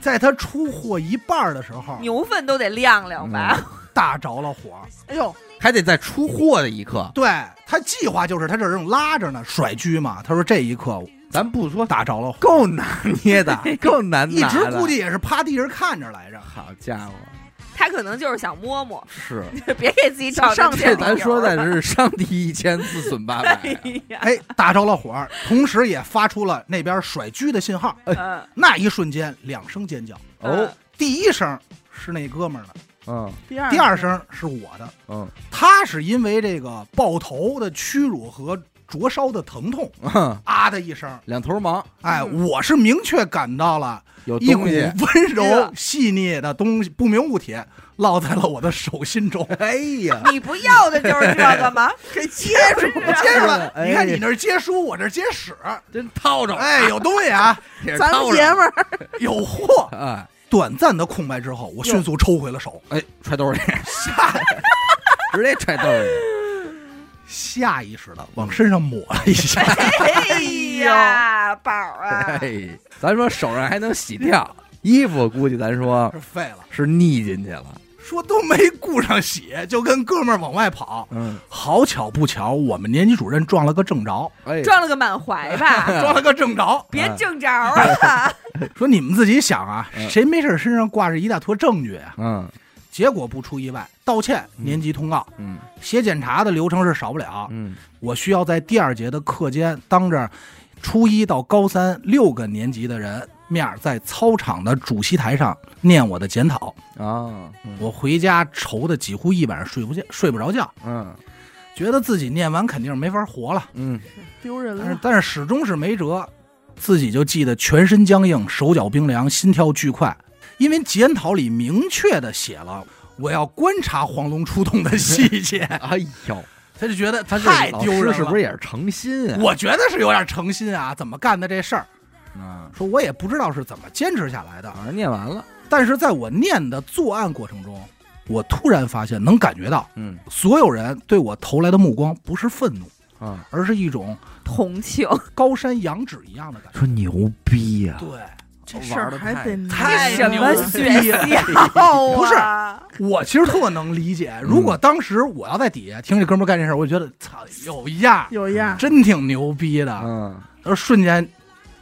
Speaker 3: 在他出货一半儿的时候，
Speaker 4: 牛粪都得晾晾
Speaker 1: 嗯
Speaker 4: 吧？
Speaker 3: 大着了火。
Speaker 2: 哎呦，
Speaker 1: 还得在出货的一刻，
Speaker 3: 对他计划就是他这正拉着呢，甩狙嘛。他说这一刻
Speaker 1: 咱不说
Speaker 3: 打着了火，
Speaker 1: 够拿捏的， 够难
Speaker 3: 一
Speaker 1: 拿
Speaker 3: 直
Speaker 1: 的，
Speaker 3: 估计也是趴地上看着来着。
Speaker 1: 好家伙，
Speaker 4: 他可能就是想摸摸，
Speaker 1: 是。
Speaker 4: 别给自己找
Speaker 2: 想上
Speaker 4: 这
Speaker 1: 这
Speaker 4: 理
Speaker 1: 咱
Speaker 4: 由
Speaker 1: 说的
Speaker 4: 了
Speaker 1: 是上帝一千，自损八 百
Speaker 4: 哎呀，
Speaker 3: 哎，打着了火，同时也发出了那边甩狙的信号。
Speaker 1: 哎
Speaker 4: 嗯
Speaker 3: 那一瞬间，两声尖叫。
Speaker 1: 啊。哦
Speaker 4: 嗯，
Speaker 3: 第一声是那哥们儿的，
Speaker 1: 嗯
Speaker 2: 第二
Speaker 3: 第二声是我的。
Speaker 1: 嗯
Speaker 3: 他是因为这个爆头的屈辱和灼烧的疼痛，
Speaker 1: 嗯，
Speaker 3: 啊的一声，
Speaker 1: 两头忙，
Speaker 3: 哎，
Speaker 2: 嗯
Speaker 3: 我是明确感到了
Speaker 1: 有
Speaker 3: 一股
Speaker 1: 东西。 哎
Speaker 3: 温柔
Speaker 4: 热
Speaker 3: 细腻的东西，不明物体落在了我的手心中。
Speaker 1: 哎呀，
Speaker 4: 你不要的就是这个吗？
Speaker 3: 给接住，接住了！
Speaker 1: 哎
Speaker 3: 你看你那儿接书，我这儿接 屎。
Speaker 1: 真套着了，
Speaker 3: 哎，有东西啊，
Speaker 1: 也是
Speaker 2: 咱
Speaker 1: 套着
Speaker 2: 们爷们儿
Speaker 3: 有货！
Speaker 1: 了，哎
Speaker 3: 短暂的空白之后，我迅速抽回了手。
Speaker 1: 哎，揣 兜里， 直接揣兜 里。
Speaker 3: 下意识的往身上抹了一下，
Speaker 1: 嗯
Speaker 4: 哎呀，宝儿啊，
Speaker 1: 哎，咱说手上还能洗掉，衣服估计咱说
Speaker 3: 是废了。
Speaker 1: 是腻进去了。
Speaker 3: 说都没顾上洗，就跟哥们儿往外跑。
Speaker 1: 嗯，
Speaker 3: 好巧不巧，我们年级主任撞了个正着，
Speaker 1: 哎，
Speaker 4: 撞了个满怀
Speaker 1: 嗯
Speaker 4: 吧，
Speaker 3: 撞了个正着。
Speaker 4: 别正着
Speaker 1: 哎
Speaker 4: 了。
Speaker 3: 说你们自己想啊
Speaker 1: 嗯，
Speaker 3: 谁没事儿身上挂着一大坨证据啊？
Speaker 1: 嗯
Speaker 3: 结果不出意外，道歉，年级通告，
Speaker 1: 嗯
Speaker 3: 写检查的流程是少不了。
Speaker 1: 嗯，
Speaker 3: 我需要在第二节的课间，当着初一到高三六个年级的人面儿，在操场的主席台上念我的检讨。
Speaker 1: 啊，嗯
Speaker 3: 我回家愁的几乎一晚上睡不觉，睡不着觉。
Speaker 1: 嗯
Speaker 3: 觉得自己念完肯定是没法活了，
Speaker 1: 嗯，，
Speaker 2: 丢人
Speaker 3: 但
Speaker 2: 了
Speaker 3: 是，但是始终是没辙，自己就记得全身僵硬，手脚冰凉，心跳巨快，因为检讨里明确的写了我要观察黄龙出洞的细节
Speaker 1: 哎呦，
Speaker 3: 他就觉得
Speaker 1: 他这
Speaker 3: 太
Speaker 1: 老
Speaker 3: 丢
Speaker 1: 师
Speaker 3: 人了，
Speaker 1: 是不是也是诚心啊？
Speaker 3: 我觉得是有点诚心啊，怎么干的这事儿，
Speaker 1: 嗯，
Speaker 3: 说我也不知道是怎么坚持下来的，
Speaker 1: 反正念完了，
Speaker 3: 但是在我念的作案过程中，我突然发现，能感觉到
Speaker 1: 嗯
Speaker 3: 所有人对我投来的目光不是愤怒，
Speaker 1: 啊，
Speaker 3: 而是一种
Speaker 4: 同情，
Speaker 3: 高山仰止一样的感觉。
Speaker 1: 说牛逼啊呀、
Speaker 3: 对，
Speaker 2: 这事儿还得
Speaker 3: 玩得太
Speaker 2: 你
Speaker 4: 什
Speaker 3: 牛
Speaker 4: 么
Speaker 3: 了
Speaker 4: 学 校
Speaker 3: 不是
Speaker 4: 啊？
Speaker 3: 我其实特能理解，如果当时我要在底下听这哥们儿干这事儿，我就觉得操有样儿，
Speaker 2: 有样儿，
Speaker 3: 真挺牛逼的。
Speaker 1: 嗯，
Speaker 3: 而瞬间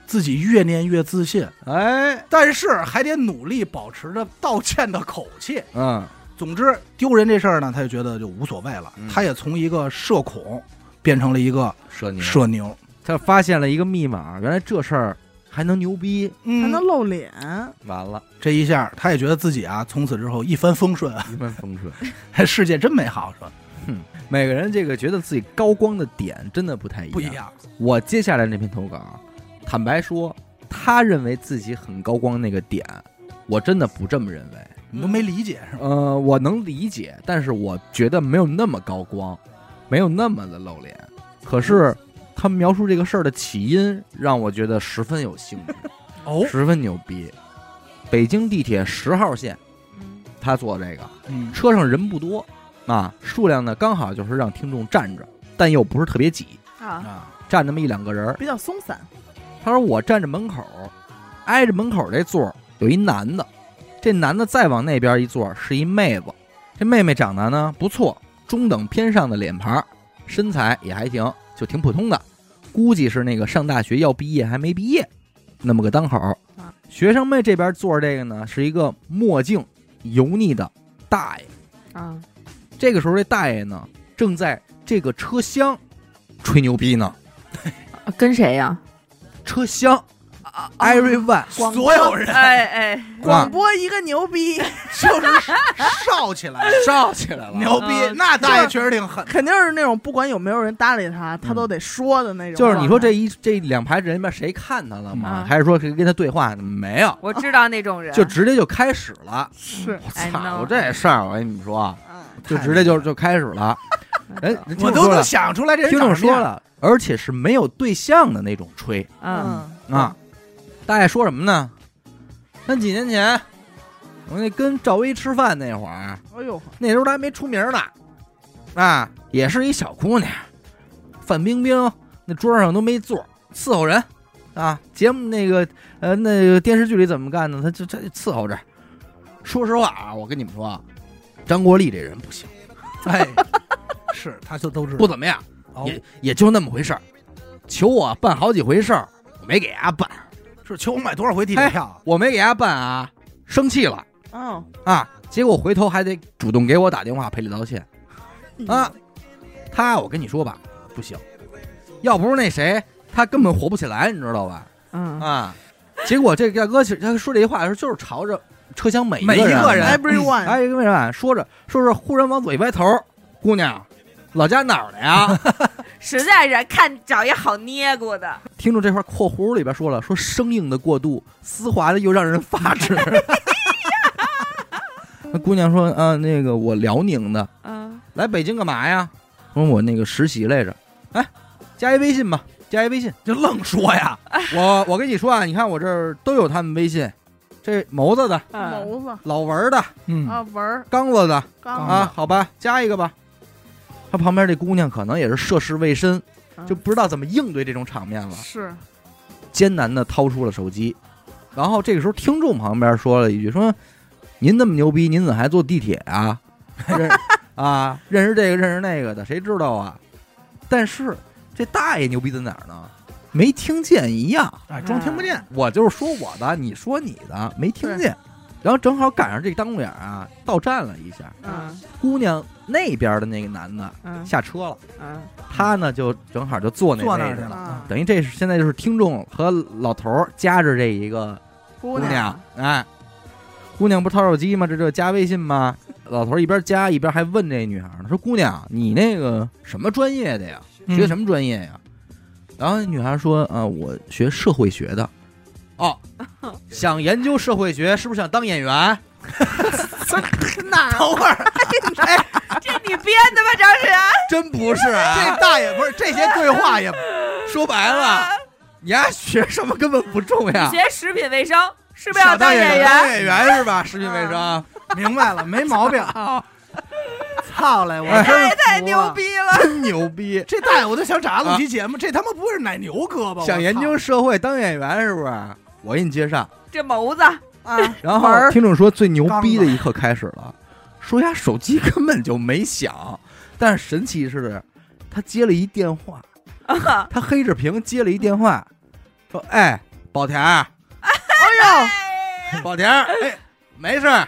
Speaker 3: 自己越念越自信，
Speaker 1: 哎，
Speaker 3: 但是还得努力保持着道歉的口气。
Speaker 1: 嗯
Speaker 3: 总之，丢人这事儿呢，他就觉得就无所谓了。
Speaker 1: 嗯
Speaker 3: 他也从一个社恐变成了一个
Speaker 1: 社牛，
Speaker 3: 社牛，
Speaker 1: 他发现了一个密码，原来这事儿还能牛逼，
Speaker 2: 还
Speaker 3: 嗯
Speaker 2: 能露脸，
Speaker 1: 完了，
Speaker 3: 这一下他也觉得自己啊，从此之后一帆风顺，
Speaker 1: 一帆风顺。
Speaker 3: 世界真美好，是吧？
Speaker 1: 每个人这个觉得自己高光的点真的不太一样。
Speaker 3: 不一。样，
Speaker 1: 我接下来那篇投稿，啊坦白说，他认为自己很高光那个点，我真的不这么认为。
Speaker 3: 你都没理解是吧？
Speaker 1: 呃，我能理解，但是我觉得没有那么高光，没有那么的露脸。可是他描述这个事儿的起因，让我觉得十分有兴致，
Speaker 3: 哦，
Speaker 1: 十分牛逼。北京地铁十号线，他坐这个
Speaker 3: 嗯，
Speaker 1: 车上人不多啊，数量呢刚好就是让听众站着，但又不是特别挤，
Speaker 4: 啊，
Speaker 3: 啊，
Speaker 1: 站那么一两个人儿。
Speaker 2: 比较松散，
Speaker 1: 他说我站着门口，挨着门口这座儿有一男的，这男的再往那边一坐是一妹子，这妹妹长得呢不错，中等偏上的脸盘儿，身材也还行，就挺普通的，估计是那个上大学要毕业还没毕业，那么个当口儿
Speaker 4: 啊。
Speaker 1: 学生妹这边坐着这个呢是一个墨镜油腻的大爷，
Speaker 4: 啊，
Speaker 1: 这个时候这大爷呢正在这个车厢吹牛逼呢，
Speaker 4: 跟谁呀？
Speaker 1: 车厢
Speaker 4: 啊
Speaker 1: everyone。
Speaker 2: 广
Speaker 3: 所有 人
Speaker 4: 哎哎，
Speaker 2: 广播一个牛逼，
Speaker 3: 就是少起来，
Speaker 1: 烧起来 了，
Speaker 3: 牛逼，
Speaker 4: 嗯
Speaker 3: 那大爷确实挺狠的，
Speaker 2: 肯定是那种不管有没有人搭理他，他
Speaker 1: 嗯
Speaker 2: 都得说的那种。
Speaker 1: 就是你说这一这两排人里面谁看他了
Speaker 3: 啊
Speaker 1: 吗？
Speaker 4: 嗯
Speaker 1: 还是说跟他对话？没有，
Speaker 4: 我知道那种人，
Speaker 1: 就直接就开始了。
Speaker 2: 是，
Speaker 1: 我
Speaker 4: 哎
Speaker 1: 操！
Speaker 4: no
Speaker 1: 我这事儿，我跟你们说啊，
Speaker 2: 嗯，
Speaker 1: 就直接就就开始了。
Speaker 4: 嗯
Speaker 1: 人人
Speaker 3: 我
Speaker 1: 听众
Speaker 3: 都
Speaker 1: 说
Speaker 3: 能
Speaker 1: 了，
Speaker 3: 想出来这人
Speaker 1: 听
Speaker 3: 长
Speaker 1: 众
Speaker 3: 什么
Speaker 1: 说
Speaker 3: 样。
Speaker 1: 了，而且是没有对象的那种吹
Speaker 4: 嗯，
Speaker 1: 啊。大爷说什么呢？像几年前，我那跟赵薇吃饭那会儿，
Speaker 2: 哎呦，
Speaker 1: 那时候她还没出名呢，啊，也是一小姑娘，范冰冰那桌上都没座，伺候人啊。节目那个呃那个电视剧里怎么干呢？她就这伺候着。说实话啊，我跟你们说，啊，张国立这人不行，
Speaker 3: 哎，是，他就都知道
Speaker 1: 不，怎么样，
Speaker 3: 哦
Speaker 1: 也也就那么回事儿。求我办好几回事儿，我没给他办，
Speaker 3: 是求我买多少回地
Speaker 1: 哎
Speaker 3: 铁票啊？
Speaker 1: 我没给他办啊，生气了
Speaker 2: 嗯
Speaker 1: 啊。结果回头还得主动给我打电话赔礼道歉。啊，他啊我跟你说吧，不行，要不是那谁，他根本活不起来，你知道吧？
Speaker 4: 嗯，
Speaker 1: 啊，结果这大哥其实他说这些话的时候，就是朝着车厢每
Speaker 3: 每一
Speaker 1: 人，
Speaker 3: 个人
Speaker 2: 嗯，everyone，
Speaker 1: 哎，跟为啥说着说着，忽然往左一歪头，姑娘，老家哪儿的呀？
Speaker 4: 实在是看找一好捏咕的，
Speaker 1: 听众这块括弧里边说了，说生硬的过度，丝滑的又让人发指。 那姑娘说，啊，那个我辽宁的，
Speaker 4: 嗯，
Speaker 1: 来北京干嘛呀？我说我那个实习来着。哎，加一微信吧，加一微信。
Speaker 3: 就愣说呀，
Speaker 1: 我我跟你说啊，你看我这儿都有他们微信，这谋子的、
Speaker 2: 谋子
Speaker 1: 老文的、
Speaker 3: 嗯
Speaker 2: 啊，文儿
Speaker 1: 刚子的
Speaker 2: 刚
Speaker 1: 啊，好吧，加一个吧。他旁边这姑娘可能也是涉世未深，
Speaker 2: 嗯
Speaker 1: 就不知道怎么应对这种场面了，
Speaker 2: 是
Speaker 1: 艰难的掏出了手机。然后这个时候，听众旁边说了一句：“说您那么牛逼，您怎么还坐地铁啊？认 啊，认识这个，认识那个的，谁知道啊？”但是这大爷牛逼在哪儿呢？没听见一样。
Speaker 3: 哎，装听不见，
Speaker 1: 我就是说我的，你说你的，没听见。然后正好赶上这当路眼儿啊，到站了一下，
Speaker 4: 嗯
Speaker 2: 嗯
Speaker 1: 姑娘那边的那个男的
Speaker 2: 嗯
Speaker 1: 下车了，
Speaker 2: 嗯，
Speaker 1: 他呢就正好就坐那
Speaker 3: 坐那
Speaker 1: 位
Speaker 3: 儿
Speaker 1: 置
Speaker 3: 去
Speaker 1: 了。
Speaker 3: 了
Speaker 2: 啊。
Speaker 1: 等于这是现在就是听众和老头儿夹着这一个
Speaker 2: 姑
Speaker 1: 姑娘，哎，姑娘不掏手机吗？这就加微信吗？老头儿一边加一边还问这女孩呢，说姑娘，你那个什么专业的呀？嗯学什么专业呀？然后那女孩说：“啊，我学社会学的。”哦， 想研究社会学，是不是想当演员？
Speaker 2: 那
Speaker 3: 等会儿，
Speaker 2: 哎
Speaker 4: 这你编的吧，张晨？
Speaker 1: 真不是啊！
Speaker 3: 这大爷不是这些对 话也
Speaker 1: 说白了，你丫学什么根本不重要。
Speaker 4: 学食品卫生是不是要
Speaker 3: 想当
Speaker 4: 当
Speaker 3: 演
Speaker 4: 演
Speaker 3: 员啊
Speaker 4: 员？
Speaker 1: 演 员是吧？食品卫生，
Speaker 3: 明白了，没 毛病。
Speaker 4: 啊
Speaker 3: 操嘞，我
Speaker 1: 哎
Speaker 3: 真服
Speaker 4: 太牛
Speaker 3: 了！
Speaker 4: 逼了！
Speaker 1: 真牛 逼！
Speaker 3: 这大爷我都想找他录期节目，这他妈不是奶牛哥吧？我
Speaker 1: 想研
Speaker 3: 操
Speaker 1: 究社会当演员是不是？我给你介绍。
Speaker 4: 这谋子
Speaker 3: 啊，
Speaker 1: 然后
Speaker 3: 玩儿
Speaker 1: 听众说最牛逼的一刻开始了，说他手机根本就没响，但是神奇是，他接了一电 话，
Speaker 4: 啊，
Speaker 1: 他黑着屏接了一电话，说：“哎，宝田儿，
Speaker 2: 哎
Speaker 1: 宝田 儿，哎，没事儿，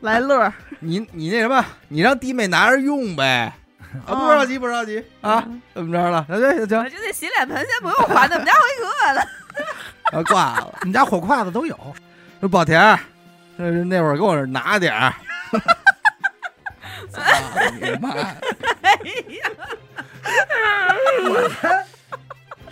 Speaker 2: 呦，来乐儿
Speaker 1: 你你那什么，你让弟妹拿着用呗，啊，不着急不着急啊，
Speaker 3: 嗯
Speaker 1: 怎么着了？啊，对，行
Speaker 4: 我，觉得洗脸盆先不用还的，我们家回哥了。
Speaker 1: 啊挂了。
Speaker 3: 你家火筷子都有，
Speaker 1: 说宝田儿，那那会儿给我拿点儿。”操
Speaker 3: 啊
Speaker 1: 你妈！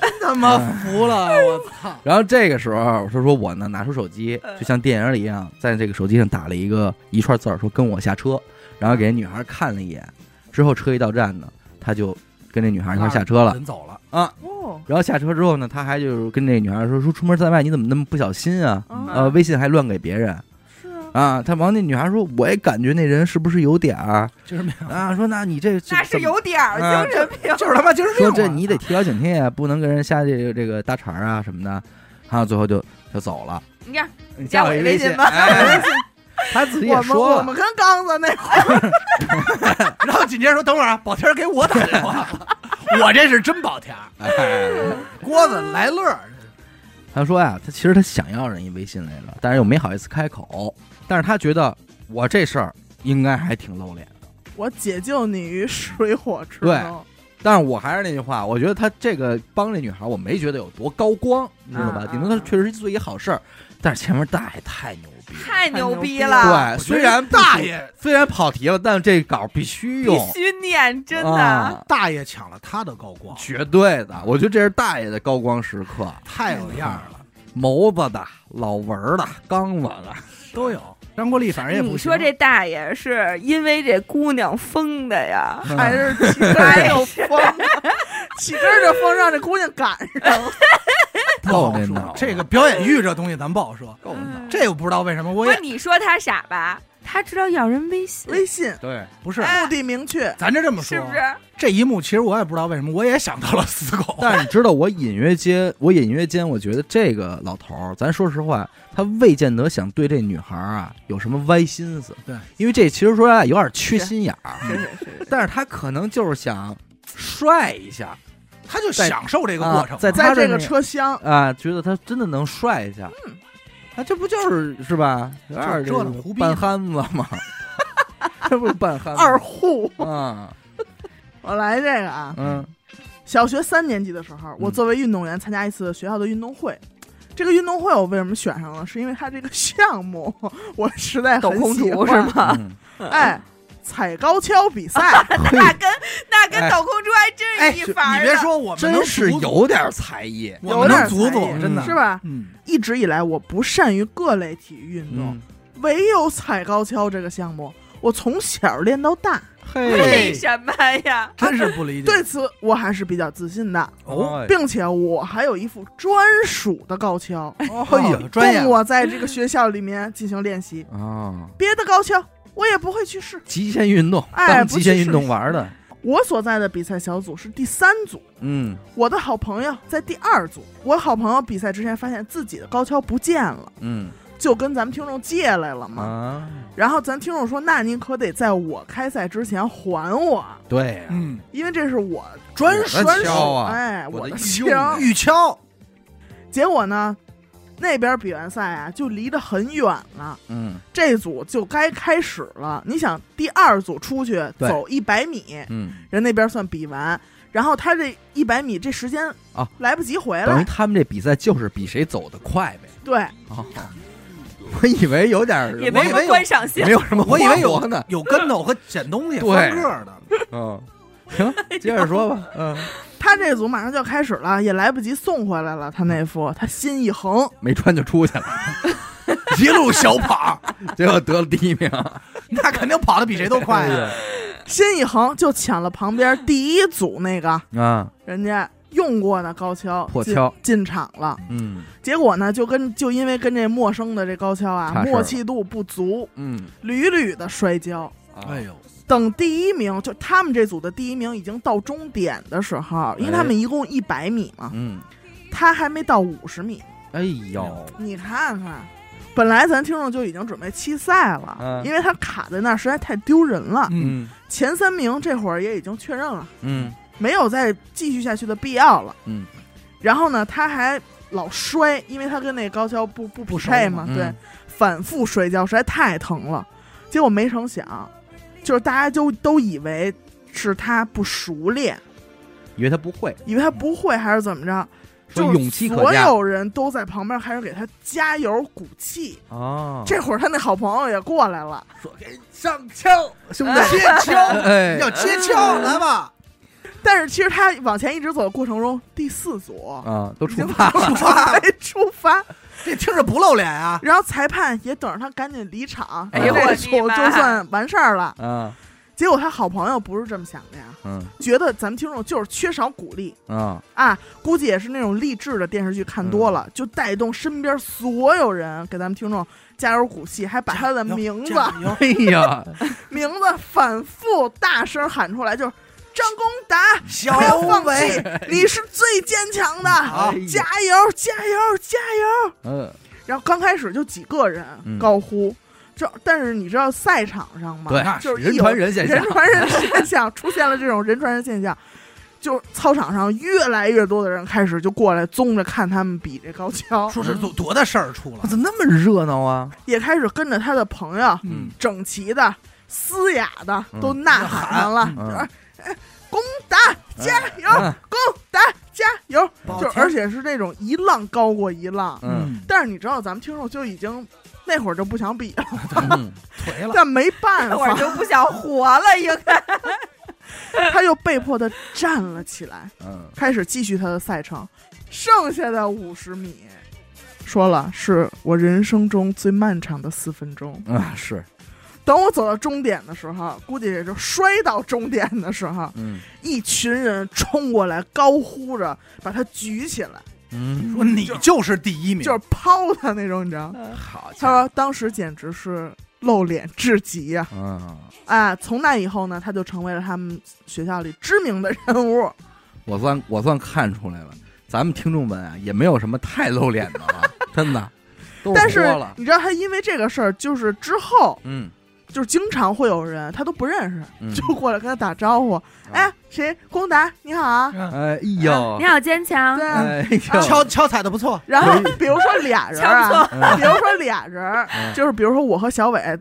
Speaker 3: 真他妈服了！我操，
Speaker 1: 然后这个时候，我说说我呢，拿出手机，就像电影里一样，在这个手机上打了一个一串字儿，说跟我下车，然后给女孩看了一眼，之后车一到站呢，他就跟这女孩一块儿下车了。
Speaker 3: 人走了，
Speaker 2: 哦，
Speaker 1: 然后下车之后呢，他还就是跟这女孩说说出门在外你怎么那么不小心啊？
Speaker 2: 啊
Speaker 1: 呃，微信还乱给别人
Speaker 2: 是啊，
Speaker 1: 啊！他往那女孩说，我也感觉那人是不是有点儿
Speaker 3: 就是没有，
Speaker 1: 啊？说那你这
Speaker 4: 那是有点儿
Speaker 1: 啊
Speaker 4: 精神 病，
Speaker 3: 就是他妈精神病
Speaker 1: 说
Speaker 3: 了。
Speaker 1: 这你得提高警惕啊，不能跟人瞎这个这个搭茬儿啊什么的。然后最后就就走了。
Speaker 4: 你看
Speaker 1: 你
Speaker 4: 加我
Speaker 1: 一
Speaker 4: 微
Speaker 1: 信
Speaker 4: 信吧
Speaker 1: 哎他自己也
Speaker 2: 我们
Speaker 1: 说
Speaker 2: 我
Speaker 1: 了，
Speaker 2: 们跟刚子那会儿，
Speaker 3: 然后紧接着说：“等会儿啊，宝田儿给我打电话了，我这是真宝田儿，
Speaker 1: 哎
Speaker 3: 郭子来乐儿，
Speaker 1: 他说呀、他其实他想要人一微信来着，但是又没好意思开口，但是他觉得我这事儿应该还挺露脸。
Speaker 2: 我解救你于水火之
Speaker 1: 对
Speaker 2: 中。
Speaker 1: 但是我还是那句话，我觉得他这个帮这女孩，我没觉得有多高光，你知道吧
Speaker 4: 啊？
Speaker 1: 顶多他确实是做一个好事儿，但是前面大爷太牛逼了。
Speaker 4: 太牛逼
Speaker 1: 对，
Speaker 3: 我觉得
Speaker 4: 了，
Speaker 1: 哎虽然
Speaker 3: 大爷
Speaker 1: 虽然跑题了，但这稿必须用，
Speaker 4: 必须念，真的。
Speaker 1: 啊
Speaker 3: 大爷抢了他的高光，
Speaker 1: 绝对的，我觉得这是大爷的高光时刻，
Speaker 3: 太有样儿了，
Speaker 1: 谋子的、老文儿的、刚子的，
Speaker 3: 都有。张国立反正也不
Speaker 4: 你说
Speaker 3: 行
Speaker 4: 这大爷是因为这姑娘疯的呀？
Speaker 2: 还是起根
Speaker 4: 哎
Speaker 2: 儿就疯了， 起根儿就疯，让这姑娘赶上了。
Speaker 3: 不好
Speaker 1: 够那
Speaker 3: 说
Speaker 1: 脑，
Speaker 3: 这个表演欲这东西咱不好说，
Speaker 1: 够了。
Speaker 3: 这又不知道为什么，我
Speaker 4: 嗯不是
Speaker 3: 也
Speaker 4: 你说他傻吧？他知道要人微信，
Speaker 2: 微信
Speaker 1: 对，
Speaker 3: 不是。
Speaker 2: 目的明确，
Speaker 3: 咱就这么说啊
Speaker 4: 是，不是？
Speaker 3: 这一幕其实我也不知道为什么，我也想到了死狗。
Speaker 1: 但是你知道，我隐约间，我隐约间，我觉得这个老头儿，咱说实话，他未见得想对这女孩儿啊有什么歪心思。
Speaker 3: 对，
Speaker 1: 因为这其实说啊，有点缺心眼儿，
Speaker 2: 是是是，
Speaker 1: 但是他可能就是想 帅一下
Speaker 3: 他就享受这个
Speaker 1: 啊
Speaker 3: 过程嘛，
Speaker 1: 在
Speaker 2: 在
Speaker 1: 他
Speaker 2: 这
Speaker 1: 这
Speaker 2: 个
Speaker 1: 里
Speaker 2: 车厢，
Speaker 1: 啊，觉得他真的能帅一下。
Speaker 2: 嗯
Speaker 1: 啊，这不就是是吧？有点儿
Speaker 3: 就
Speaker 1: 这
Speaker 3: 这
Speaker 1: 种
Speaker 3: 胡逼
Speaker 1: 半
Speaker 3: 呢
Speaker 1: 憨子嘛，这不是半憨子
Speaker 2: 二户。
Speaker 1: 啊，
Speaker 2: 我来这个啊，
Speaker 1: 嗯
Speaker 2: 小学三年级的时候，我
Speaker 1: 嗯
Speaker 2: 作为运动员参加一次学校的运动会。这个运动会我为什么选上了？是因为它这个项目，我实在
Speaker 4: 抖
Speaker 2: 很
Speaker 4: 空
Speaker 2: 喜
Speaker 4: 竹
Speaker 2: 欢。
Speaker 4: 是？吗？
Speaker 1: 嗯，
Speaker 2: 哎，踩高跷比赛，
Speaker 4: 那跟那
Speaker 1: 哎
Speaker 4: 跟抖空竹还真
Speaker 3: 哎，
Speaker 4: 是
Speaker 3: 你
Speaker 4: 一啊法儿的。
Speaker 3: 别说我们能
Speaker 1: 真是
Speaker 3: 足足
Speaker 1: 有点才艺。
Speaker 3: 我们
Speaker 2: 有点
Speaker 3: 能足
Speaker 2: 才
Speaker 3: 足
Speaker 2: 艺
Speaker 3: 真的
Speaker 1: 嗯
Speaker 2: 是吧？
Speaker 3: 嗯，
Speaker 2: 一直以来我不善于各类体育运动，
Speaker 1: 嗯，
Speaker 2: 唯有踩高跷这个项目，我从小练到大。
Speaker 1: 嘿
Speaker 4: 为，什么呀？
Speaker 3: 真是不理解。
Speaker 2: 对此，我还是比较自信的，
Speaker 3: 哦，
Speaker 1: 哎，
Speaker 2: 并且我还有一副专属的高跷，
Speaker 3: 哎呀，专业
Speaker 2: 供啊我在这个学校里面进行练习。
Speaker 1: 啊，
Speaker 2: 别的高跷我也不会去试。
Speaker 1: 极限运动，
Speaker 2: 哎
Speaker 1: 当
Speaker 2: 不
Speaker 1: 极限
Speaker 2: 去
Speaker 1: 运
Speaker 2: 试
Speaker 1: 动玩儿的，
Speaker 2: 我所在的比赛小组是第三组，
Speaker 1: 嗯，
Speaker 2: 我的好朋友在第二组。我好朋友比赛之前发现自己的高跷不见了，
Speaker 1: 嗯
Speaker 2: 就跟咱们听众借来了嘛。
Speaker 1: 啊，
Speaker 2: 然后咱听众说：“那您可得在我开赛之前还我，
Speaker 1: 对啊呀、
Speaker 3: 嗯，
Speaker 2: 因为这是我
Speaker 3: 专
Speaker 1: 我
Speaker 3: 属
Speaker 1: 的
Speaker 2: 专
Speaker 1: 跷
Speaker 2: 属
Speaker 1: 啊
Speaker 2: 哎，
Speaker 1: 我
Speaker 2: 我
Speaker 1: 的
Speaker 2: 的
Speaker 1: 御用
Speaker 2: 枪。
Speaker 3: 玉敲，
Speaker 2: 结果呢，那边比完赛啊，就离得很远了。
Speaker 1: 嗯
Speaker 2: 这组就该开始了。你想，第二组出去
Speaker 1: 对
Speaker 2: 走一百米，
Speaker 1: 嗯，
Speaker 2: 人那边算比完，然后他这一百米这时间
Speaker 1: 啊
Speaker 2: 来不及回
Speaker 1: 等
Speaker 2: 来
Speaker 1: 于，他们这比赛就是比谁走得快呗。
Speaker 2: 对，
Speaker 1: 啊，我以为有点儿
Speaker 4: 也没
Speaker 3: 以
Speaker 4: 什
Speaker 3: 为
Speaker 4: 么
Speaker 3: 有
Speaker 4: 观赏性
Speaker 1: 哎没。有什么，
Speaker 3: 我以为有
Speaker 1: 呢。
Speaker 3: 有跟头和捡东 西
Speaker 1: 对
Speaker 3: 翻个儿的，
Speaker 1: 嗯， 行，接着说吧。嗯，
Speaker 2: 他这组马上就要开始了，也来不及送回来了。他那
Speaker 1: 嗯
Speaker 2: 副，他心一横，
Speaker 1: 没穿就出去了，
Speaker 3: 一路小跑，
Speaker 1: 结果得了第一名。
Speaker 3: 那肯定跑得比谁都
Speaker 1: 哎
Speaker 3: 快啊！
Speaker 2: 心一横就抢了旁边第一组那个
Speaker 1: 啊，
Speaker 2: 人家用过的高跷
Speaker 1: 破
Speaker 2: 进
Speaker 1: 跷
Speaker 2: 进场了，
Speaker 1: 嗯
Speaker 2: 结果呢，就跟就因为跟这陌生的这高跷
Speaker 1: 差
Speaker 2: 啊，
Speaker 1: 事儿了
Speaker 2: 默契度不足，
Speaker 1: 嗯，
Speaker 2: 屡屡的摔跤。
Speaker 3: 哎呦，
Speaker 2: 等第一名，就他们这组的第一名已经到终点的时候，因为他们一共一百米嘛，
Speaker 1: 嗯，
Speaker 2: 他还没到五十米。
Speaker 1: 哎呦，
Speaker 2: 你看看，本来咱听众就已经准备弃赛了，
Speaker 1: 嗯
Speaker 2: 因为他卡在那儿实在太丢人了。
Speaker 3: 嗯，
Speaker 2: 前三名这会儿也已经确认了，
Speaker 1: 嗯
Speaker 2: 没有再继续下去的必要了。
Speaker 1: 嗯，
Speaker 2: 然后呢，他还老摔，因为他跟那高跷不不
Speaker 3: 不
Speaker 2: 匹
Speaker 3: 熟
Speaker 2: 配
Speaker 3: 嘛
Speaker 2: 嘛，对，
Speaker 1: 嗯
Speaker 2: 反复摔跤实在太疼了。结果没成想，就是大家就都以为是他不熟练，
Speaker 1: 以为他不会，
Speaker 2: 以为他不会还是怎么着，
Speaker 1: 说
Speaker 2: 就是
Speaker 1: 勇气可
Speaker 2: 所
Speaker 1: 嘉
Speaker 2: 有人都在旁边开始给他加油鼓气。
Speaker 1: 哦，
Speaker 2: 这会儿他那好朋友也过来了，
Speaker 3: 说给上枪，
Speaker 1: 兄
Speaker 4: 弟
Speaker 3: 接枪，
Speaker 1: 哎，
Speaker 3: 要接枪，来吧，
Speaker 2: 但是其实他往前一直走的过程中，第四 组
Speaker 1: 啊，都
Speaker 2: 已
Speaker 1: 出
Speaker 2: 经
Speaker 1: 发了，
Speaker 3: 出发，
Speaker 2: 没出发，
Speaker 3: 这听着不露脸 啊，
Speaker 2: 然后裁判也等着他赶紧离场，
Speaker 1: 哎呦
Speaker 2: 这
Speaker 1: 我
Speaker 4: 的
Speaker 2: 就
Speaker 4: 妈
Speaker 2: 就算完事儿了。
Speaker 1: 啊，
Speaker 2: 结果他好朋友不是这么想的呀，
Speaker 1: 嗯
Speaker 2: 觉得咱们听众就是缺少鼓励
Speaker 1: 啊，
Speaker 2: 啊，估计也是那种励志的电视剧看多了，就带动身边所有人给咱们听众加油鼓气，还把他的名字
Speaker 3: 加油
Speaker 1: 哎呀，
Speaker 2: 名字反复大声喊出来，就是张功达，
Speaker 3: 小
Speaker 2: 不要放
Speaker 3: 伟
Speaker 2: 弃，你是最坚强的，
Speaker 3: 好
Speaker 1: 哎呀
Speaker 2: 加油加油加油！
Speaker 1: 嗯，
Speaker 2: 然后刚开始就几个人
Speaker 1: 嗯
Speaker 2: 高呼，这但是你知道赛场上嘛，
Speaker 1: 对
Speaker 3: 那
Speaker 2: 就是一
Speaker 1: 人
Speaker 2: 有
Speaker 1: 传人现象
Speaker 2: 人，传人现象 出现了这种人传人现象，就是操场上越来越多的人开始就过来综着看他们比这高跷，
Speaker 3: 说这多多大事儿出了
Speaker 1: 我，哦怎么那么热闹啊？
Speaker 2: 也开始跟着他的朋友
Speaker 1: 嗯
Speaker 2: 整齐的、嘶哑的
Speaker 1: 嗯
Speaker 2: 都呐喊上了，
Speaker 1: 嗯
Speaker 2: 就是攻打加油，
Speaker 1: 啊
Speaker 2: 攻打加油，
Speaker 3: 嗯
Speaker 2: 就是而且是那种一浪高过一浪。
Speaker 1: 嗯
Speaker 2: 但是你知道，咱们听众就已经那会儿就不想比了，
Speaker 1: 嗯，
Speaker 3: 颓了，
Speaker 2: 但没办
Speaker 4: 那会儿
Speaker 2: 法，
Speaker 4: 就不想活了，应该。
Speaker 2: 他又被迫的站了起来，
Speaker 1: 嗯
Speaker 2: 开始继续他的赛程。剩下的五十米，说了是我人生中最漫长的四分钟。
Speaker 1: 啊是，
Speaker 2: 等我走到终点的时候，估计也就摔到终点的时候，
Speaker 1: 嗯
Speaker 2: 一群人冲过来，高呼着把他举起来，
Speaker 1: 嗯，
Speaker 3: 说你就是第一名，
Speaker 2: 就是抛他那种，你知道？
Speaker 1: 好
Speaker 2: 他
Speaker 1: 家
Speaker 2: 说当时简直是露脸至极呀、
Speaker 1: 伙，啊，
Speaker 2: 啊！从那以后呢，他就成为了他们学校里知名的人物。
Speaker 1: 我算我算看出来了，咱们听众们啊也没有什么太露脸的 了，真的，都
Speaker 2: 但
Speaker 1: 是
Speaker 2: 是
Speaker 1: 说了，
Speaker 2: 你知道，他因为这个事儿，就是之后
Speaker 1: 嗯
Speaker 2: 就是经常会有人他都不认识，
Speaker 1: 嗯，啊
Speaker 2: 就过来跟他打招呼。哎，谁？龚达，你好啊！
Speaker 3: 嗯
Speaker 1: 哎呦
Speaker 4: 你，好坚强
Speaker 2: 对，啊。
Speaker 1: 哎
Speaker 3: 敲
Speaker 1: 呦，
Speaker 3: 敲踩的不错，
Speaker 2: 然后比如说俩 人
Speaker 4: 强
Speaker 2: 啊，
Speaker 4: 迫
Speaker 1: 嗯
Speaker 2: 比如说俩人儿，
Speaker 1: 嗯
Speaker 2: 就是比如说我和小伟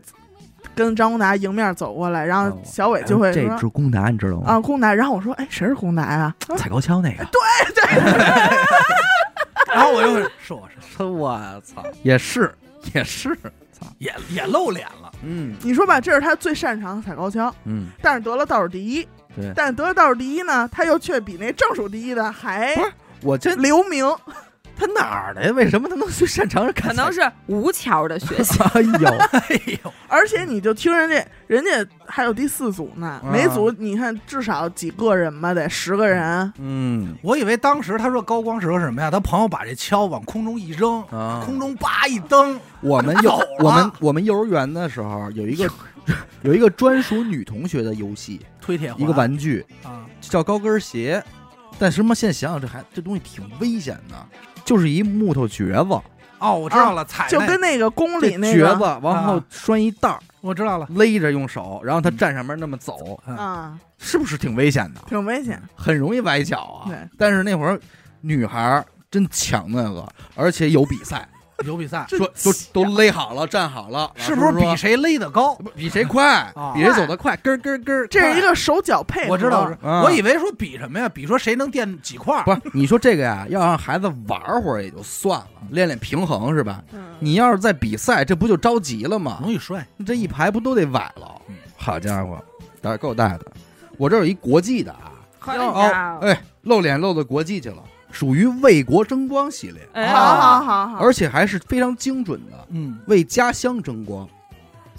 Speaker 2: 跟张龚达迎面走过来，然后
Speaker 1: 哦
Speaker 2: 小伟就会
Speaker 1: 这
Speaker 2: 说
Speaker 1: 是龚达，你知道吗？
Speaker 2: 啊，龚达。然后我说，哎，谁是龚达呀？
Speaker 1: 踩高跷那个，
Speaker 3: 然后我又会是我 是
Speaker 1: 我操，也是也是，操，
Speaker 3: 也也露脸了，
Speaker 1: 嗯
Speaker 2: 你说吧，这是他最擅长的踩高跷，
Speaker 1: 嗯，
Speaker 2: 但是得了倒数第一。
Speaker 1: 对
Speaker 2: 但是得了倒数第一呢，他又却比那正数第一的还
Speaker 1: 不是我这
Speaker 2: 留名。
Speaker 1: 他哪儿的呀？为什么他能最擅长是看
Speaker 4: 可能是吴桥的学习。
Speaker 1: 踩哎呦，
Speaker 3: 哎呦，
Speaker 2: 而且你就听人家，人家还有第四组呢，
Speaker 1: 嗯
Speaker 2: 每组你看至少几个人吧，得十个人。
Speaker 1: 嗯
Speaker 3: 我以为当时他说高光时候是什么呀？他朋友把这锹往空中一扔，
Speaker 1: 啊，
Speaker 3: 空中叭一蹬，
Speaker 1: 我们幼
Speaker 3: 走了
Speaker 1: 我们我们幼儿园的时候有一个 有一个专属女同学的游 戏，
Speaker 3: 推铁环
Speaker 1: 一个玩具
Speaker 3: 啊，
Speaker 1: 叫高跟鞋，但什么现在想想这还这东西挺危险的，就是一木头橛子，
Speaker 3: 哦，我知道了，踩
Speaker 2: 就
Speaker 3: 那
Speaker 2: 跟那个宫
Speaker 1: 这
Speaker 2: 里那
Speaker 1: 橛
Speaker 2: 个
Speaker 1: 子往后
Speaker 3: 啊
Speaker 1: 拴一带儿，
Speaker 3: 我知道了，
Speaker 1: 勒着用手，然后他站上面那么走，
Speaker 3: 嗯
Speaker 2: 啊，
Speaker 1: 是不是挺危险的？
Speaker 2: 挺危险。
Speaker 1: 很容易崴脚啊
Speaker 2: 对。
Speaker 1: 但是那会儿女孩儿真抢那个，而且有比赛，
Speaker 3: 有比赛，
Speaker 1: 说都都勒好了，站好了，
Speaker 3: 是不
Speaker 1: 老
Speaker 3: 是比
Speaker 1: 师
Speaker 3: 谁勒得高
Speaker 1: 说？不比谁快
Speaker 3: 啊，
Speaker 1: 比谁走得快，咯咯咯。
Speaker 2: 这是一
Speaker 1: 个
Speaker 2: 个手脚配合，
Speaker 3: 我知道，我知
Speaker 1: 啊
Speaker 3: 道我以为说比什么呀？比说谁能垫几块 儿？
Speaker 1: 不是你说这个呀，要让孩子玩会儿也就算了，练练平衡是吧？
Speaker 2: 嗯，
Speaker 1: 你要是在比赛，这不就着急了吗？
Speaker 3: 容易摔，
Speaker 1: 这一排不都得崴了
Speaker 3: 嗯？
Speaker 1: 好家伙，胆儿够大的！我这有一国际的啊，
Speaker 4: 快
Speaker 1: 哦，哎，露脸露到国际去了，属于为国争光系列，
Speaker 4: 哎
Speaker 2: 好好好好，
Speaker 1: 而且还是非常精准的。
Speaker 3: 嗯，
Speaker 1: 为家乡争光。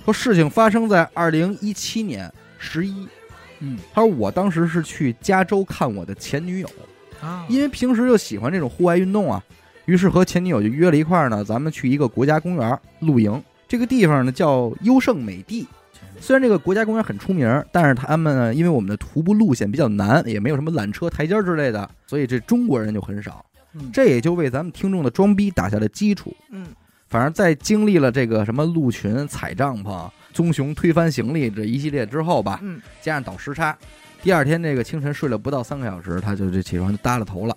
Speaker 1: 说事情发生在二零一七年十一，
Speaker 3: 嗯，
Speaker 1: 他说我当时是去加州看我的前女友，
Speaker 3: 啊
Speaker 1: 因为平时就喜欢这种户外运动啊，于是和前女友就约了一块儿呢，咱们去一个国家公园露营。这个地方呢叫优胜美地，虽然这个国家公园很出名，但是他们呢，因为我们的徒步路线比较难，也没有什么缆车、台阶儿之类的，所以这中国人就很少。
Speaker 3: 嗯
Speaker 1: 这也就为咱们听众的装逼打下了基础。
Speaker 2: 嗯，
Speaker 1: 反正在经历了这个什么鹿群、踩帐篷、棕熊推翻行李这一系列之后吧，
Speaker 2: 嗯，
Speaker 1: 加上倒时差，第二天这个清晨睡了不到三个小时，他就这起床就耷拉头了。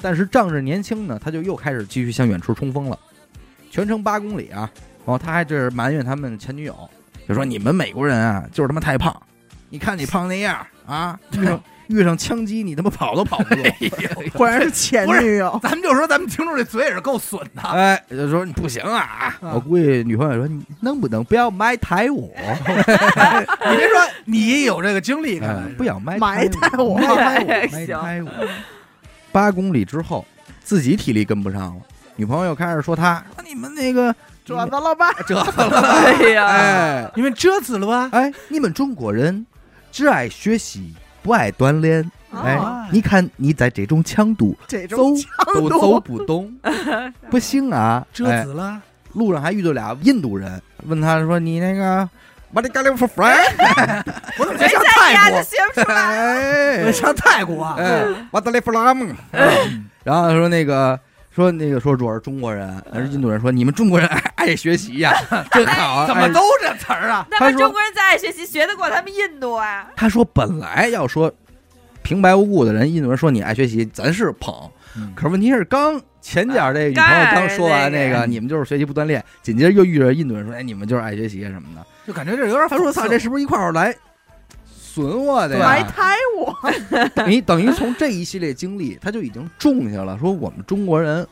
Speaker 1: 但是仗着年轻呢，他就又开始继续向远处冲锋了，全程八公里啊。然后他还这是埋怨他们前女友，就说你们美国人啊，就是他妈太胖，你看你胖那样啊， 遇上遇上枪击你他妈跑都跑 不动。
Speaker 2: 果然是前
Speaker 3: 不是
Speaker 2: 女友，
Speaker 3: 咱们就说咱们听众这嘴也是够损 的，
Speaker 1: 哎，就说你不行啊！
Speaker 3: 啊
Speaker 1: 我估计女朋友说你能不能不要埋汰我，
Speaker 3: 你别说你也有这个经历，看来
Speaker 1: 嗯
Speaker 3: 是
Speaker 1: 不想埋
Speaker 2: 埋汰 我
Speaker 1: 埋汰我，埋
Speaker 4: 行
Speaker 1: 汰我。八公里之后，自己体力跟不上了，女朋友开始说他说你们那个
Speaker 2: 褶子了吧？
Speaker 1: 折腾了，
Speaker 4: 哎呀，
Speaker 1: 哎
Speaker 3: 因为折死了吧？
Speaker 1: 哎，你们中国人只爱学习不爱锻炼，
Speaker 4: 哦
Speaker 1: 哎，你看你在这种强度
Speaker 2: 这
Speaker 1: 走
Speaker 2: 种强
Speaker 1: 都走
Speaker 2: 度，
Speaker 1: 不 动，不行啊，
Speaker 3: 折
Speaker 1: 哎
Speaker 3: 死了，
Speaker 1: 路上还遇到俩印度人，问他说：“你那个 what you got for friend？”
Speaker 3: 我怎么觉得
Speaker 4: 没
Speaker 3: 像
Speaker 4: 在家
Speaker 3: 泰
Speaker 4: 就
Speaker 3: 国？
Speaker 4: 学不出来。
Speaker 1: 哎，
Speaker 3: 像泰国啊？嗯
Speaker 1: 哎，what you for lam？然后他说那个说那个说主要是中国人，但是印度人说你们中国人爱爱学习呀，真好啊。
Speaker 3: 哎怎么
Speaker 1: 爱
Speaker 3: 都这词儿啊？
Speaker 4: 那
Speaker 1: 他
Speaker 4: 们
Speaker 1: 说
Speaker 4: 中国人再爱学习，学得过他们印度啊？
Speaker 1: 他说本来要说平白无故的人，印度人说你爱学习，咱是捧。可是问题是刚前脚这女朋友刚说完那
Speaker 4: 刚
Speaker 3: 哎
Speaker 1: 个，你们就是学习不锻炼，紧接着又遇着印度人说，哎，你们就是爱学习什么的。
Speaker 3: 就感觉这有点讽刺。
Speaker 1: 他说：“操，这是不是一块儿来损我的
Speaker 2: 埋
Speaker 1: 呀？
Speaker 2: 汰我，
Speaker 1: 你等于从这一系列经历，他就已经种下了说我们中国人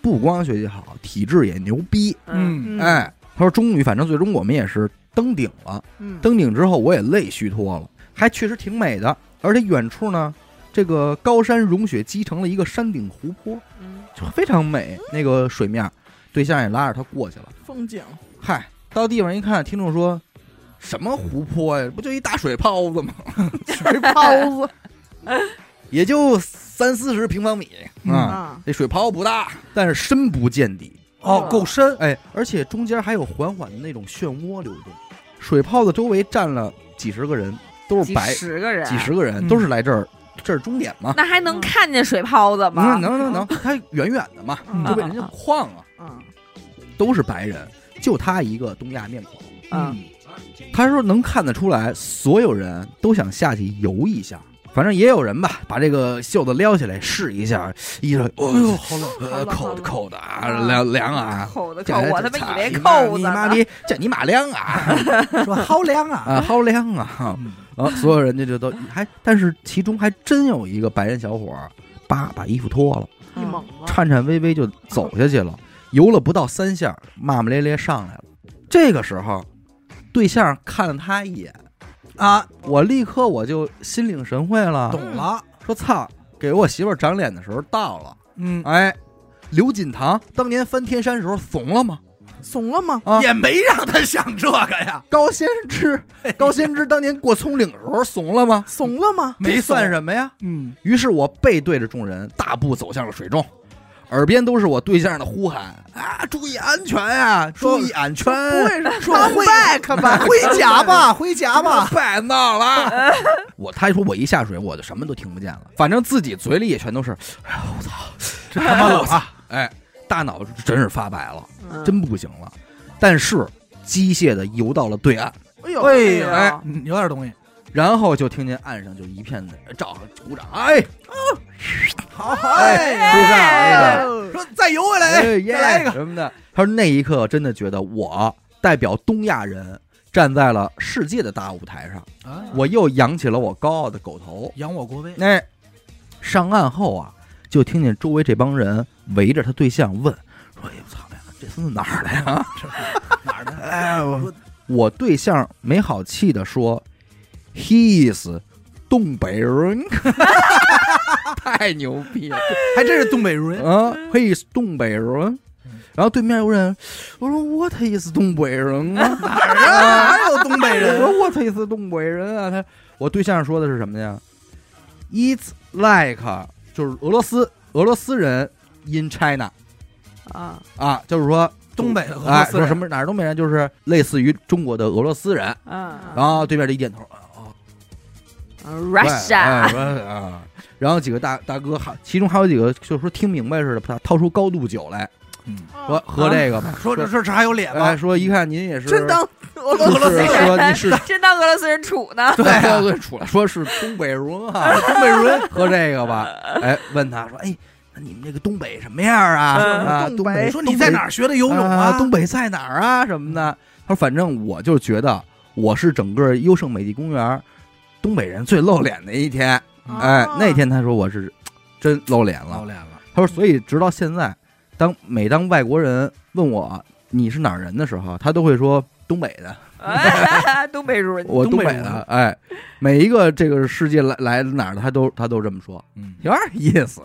Speaker 1: 不光学习好，体质也牛逼。
Speaker 4: 嗯，
Speaker 2: 嗯
Speaker 1: 哎，他说终于，反正最终我们也是登顶了。
Speaker 2: 嗯，
Speaker 1: 登顶之后，我也累虚脱了，还确实挺美的。而且远处呢，这个高山融雪积成了一个山顶湖泊，
Speaker 4: 嗯
Speaker 1: 就非常美。那个水面，对象也拉着他过去了。
Speaker 2: 风景
Speaker 1: 嗨，到地方一看，听众说。”什么湖泊呀？不就一大水泡子吗？
Speaker 2: 水泡子
Speaker 1: 也就三四十平方米
Speaker 3: 嗯
Speaker 1: 啊，
Speaker 2: 啊，
Speaker 1: 这水泡不大，但是深不见底，
Speaker 3: 哦，够深，
Speaker 1: 哎，而且中间还有缓缓的那种漩涡流动。水泡子周围站了几十个人，都是
Speaker 4: 几
Speaker 1: 白
Speaker 4: 十个人，啊
Speaker 1: 几十个人，
Speaker 3: 嗯
Speaker 1: 都是来这儿，这是终点嘛？
Speaker 4: 那还能看见水泡子吗？
Speaker 1: 嗯能能能能，他远远的嘛，
Speaker 3: 嗯
Speaker 1: 就被人家啊框了，
Speaker 2: 嗯
Speaker 1: 都是白人，就他一个东亚面孔。
Speaker 4: 嗯，
Speaker 1: 他说能看得出来，所有人都想下去游一下。反正也有人吧，把这个袖子撩起来试一下，一说，哎呦，好冷，呃，
Speaker 2: 冷好
Speaker 1: 扣
Speaker 2: 冷
Speaker 1: 扣的啊，凉凉 啊，
Speaker 4: 扣的扣
Speaker 1: 这，
Speaker 4: 我他
Speaker 1: 这
Speaker 4: 妈
Speaker 1: 操
Speaker 4: 以为
Speaker 1: 你妈
Speaker 4: 扣
Speaker 1: 你
Speaker 4: 子
Speaker 1: 妈
Speaker 4: 呢。
Speaker 1: 逼，这你妈凉啊
Speaker 3: 说好凉啊！
Speaker 1: 啊，好凉 啊！
Speaker 3: 嗯
Speaker 1: 啊，所有人家就都还，但是其中还真有一个白人小伙儿，叭把衣服脱了，
Speaker 2: 一猛子，
Speaker 1: 颤颤巍巍就走下去了，游了不到三下，骂骂咧咧上来了。这个时候，对象看了他一眼，
Speaker 3: 啊，
Speaker 1: 我立刻我就心领神会了，
Speaker 3: 懂了，
Speaker 1: 说操，给我媳妇儿长脸的时候到了，
Speaker 3: 嗯，
Speaker 1: 哎。刘锦堂当年翻天山时候怂了吗？
Speaker 2: 怂了吗？
Speaker 1: 啊
Speaker 3: 也没让他想这个 呀，
Speaker 1: 高先知，高先知当年过葱岭的时候怂了吗？
Speaker 2: 怂了吗？
Speaker 1: 这算
Speaker 3: 什，
Speaker 1: 什么呀？
Speaker 3: 嗯，
Speaker 1: 于是我背对着众人，大步走向了水中，耳边都是我对象的呼喊啊！注意安全呀、注意安全！
Speaker 2: 不会是
Speaker 3: 说
Speaker 2: 穿
Speaker 3: 会
Speaker 2: back 吧？
Speaker 3: 回家 吧，回 家吧，
Speaker 1: 别闹了！ 我他一说我一下水，我就什么都听不见了，反正自己嘴里也全都是，
Speaker 3: 这他妈 冷啊！
Speaker 1: 哎，大脑真是发白了，
Speaker 4: 嗯
Speaker 1: 真不行了。但是机械的游到了对岸，
Speaker 2: 哎呦，
Speaker 3: 哎
Speaker 2: 呦，
Speaker 3: 呀
Speaker 1: 哎
Speaker 3: 嗯有点东西，
Speaker 1: 然后就听见岸上就一片的照鼓掌，哎，
Speaker 3: 好好
Speaker 1: 哎，鼓掌，哎。
Speaker 3: 啊说再游回来，
Speaker 1: 哎耶
Speaker 3: 再来一个，
Speaker 1: 什么的。他说那一刻真的觉得我代表东亚人站在了世界的大舞台上，
Speaker 3: 啊
Speaker 1: 我又扬起了我高傲的狗头。
Speaker 3: 扬我国 威，
Speaker 1: 那、上岸后啊，就听见周围这帮人围着他对象问说：“哎呦，操呀，这孙子哪儿来啊
Speaker 3: 哪儿？”的？
Speaker 1: 哎我我对象没好气的说：“He is 东北 人。” 太牛逼了！
Speaker 3: 还真是东北人，
Speaker 1: 啊，嘿，是东北人
Speaker 3: 嗯。
Speaker 1: 然后对面有人，我说 What is 东北人啊？
Speaker 3: 哪儿啊？哪有东北
Speaker 1: 我
Speaker 3: 人？
Speaker 1: 说 What is 东北人啊？他我对象说的是什么呀？It's like 就是俄罗斯俄罗斯人 in China
Speaker 4: 啊，
Speaker 1: 啊，就是说
Speaker 3: 东北的俄罗
Speaker 1: 哎
Speaker 3: 斯
Speaker 1: 说
Speaker 3: 人
Speaker 1: 什么哪儿东北人，就是类似于中国的俄罗斯人。
Speaker 4: 嗯
Speaker 1: 然后对面的一点头，对哎
Speaker 4: Russia，
Speaker 1: Russia，啊，然后几个大大哥还，其中还有几个就是说听明白似的，他掏出高度酒来，
Speaker 3: 嗯，
Speaker 1: 说
Speaker 2: 啊
Speaker 1: 喝这个吧，
Speaker 3: 说这这这还有脸
Speaker 1: 哎，
Speaker 3: 吗？
Speaker 1: 说一看您也是
Speaker 2: 真当俄
Speaker 1: 俄
Speaker 2: 罗斯
Speaker 1: 罗斯
Speaker 2: 人
Speaker 1: 说您哎 是
Speaker 4: 真当俄罗斯人处呢？
Speaker 3: 对啊
Speaker 1: 对，出来说是东北人啊， 东北人喝这个吧，哎，问他说，哎，那你们这个东北什么样啊？
Speaker 4: 嗯
Speaker 1: 啊，
Speaker 2: 东
Speaker 1: 东
Speaker 2: 北
Speaker 3: 说你在哪儿学的游
Speaker 1: 游
Speaker 3: 泳
Speaker 1: 啊？东
Speaker 3: 北
Speaker 1: 北在哪儿啊？什么的？他说，反正我就觉得我是整个优胜美地公园东北人最露脸的一天，
Speaker 2: 哦
Speaker 3: 嗯
Speaker 1: 哎，那天他说我是真露脸了
Speaker 3: 露。脸了，
Speaker 1: 他说，所以直到现在，当每当外国人问我你是哪儿人的时候，他都会说东北的，
Speaker 4: 哎东北人，
Speaker 1: 我
Speaker 3: 东
Speaker 1: 东
Speaker 3: 北
Speaker 1: 北
Speaker 3: 人
Speaker 1: 的。哎，每一个这个世界来来哪儿的，他都他都这么说，
Speaker 3: 嗯，
Speaker 1: 有点意思。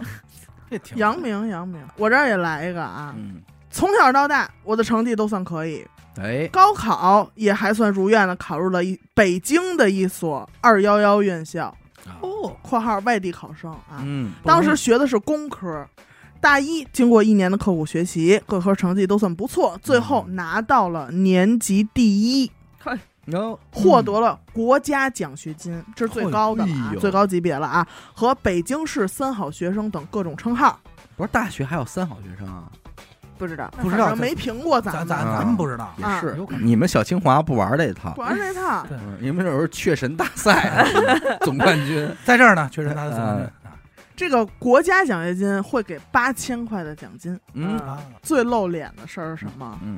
Speaker 3: 这挺
Speaker 2: 杨明，杨明，我这儿也来一个啊。
Speaker 1: 嗯，
Speaker 2: 从小到大，我的成绩都算可以，
Speaker 1: 哎，
Speaker 2: 高考也还算如愿的考入了一北京的一所二幺幺院校
Speaker 3: 啊
Speaker 2: （哦，括号外地考生啊）
Speaker 1: 嗯，
Speaker 2: 当时学的是工科，大一经过一年的刻苦学习，各科成绩都算不错，最后
Speaker 1: 嗯
Speaker 2: 拿到了年级第一，
Speaker 1: 然后嗯
Speaker 2: 获得了国家奖学金，这是最高的了啊
Speaker 1: 哎，呦
Speaker 2: 最高级别了啊，和北京市三好学生等各种称号。
Speaker 1: 不是大学还有三好学生啊？
Speaker 4: 不知道，
Speaker 3: 不知道
Speaker 2: 反正没评过咱
Speaker 3: 咱
Speaker 2: 们，
Speaker 3: 咱
Speaker 1: 啊
Speaker 3: 咱们不知道，
Speaker 1: 也
Speaker 2: 啊
Speaker 1: 是
Speaker 3: 有可，
Speaker 1: 你们小清华不玩这一套，
Speaker 2: 管那套。
Speaker 3: 对
Speaker 1: 嗯你们那时候雀神大赛 啊总冠军，
Speaker 3: 在这儿呢，确实他的责
Speaker 2: 这个国家奖学金会给八千块的奖金。
Speaker 1: 嗯
Speaker 3: 啊，
Speaker 2: 最露脸的事儿是什么？
Speaker 1: 嗯，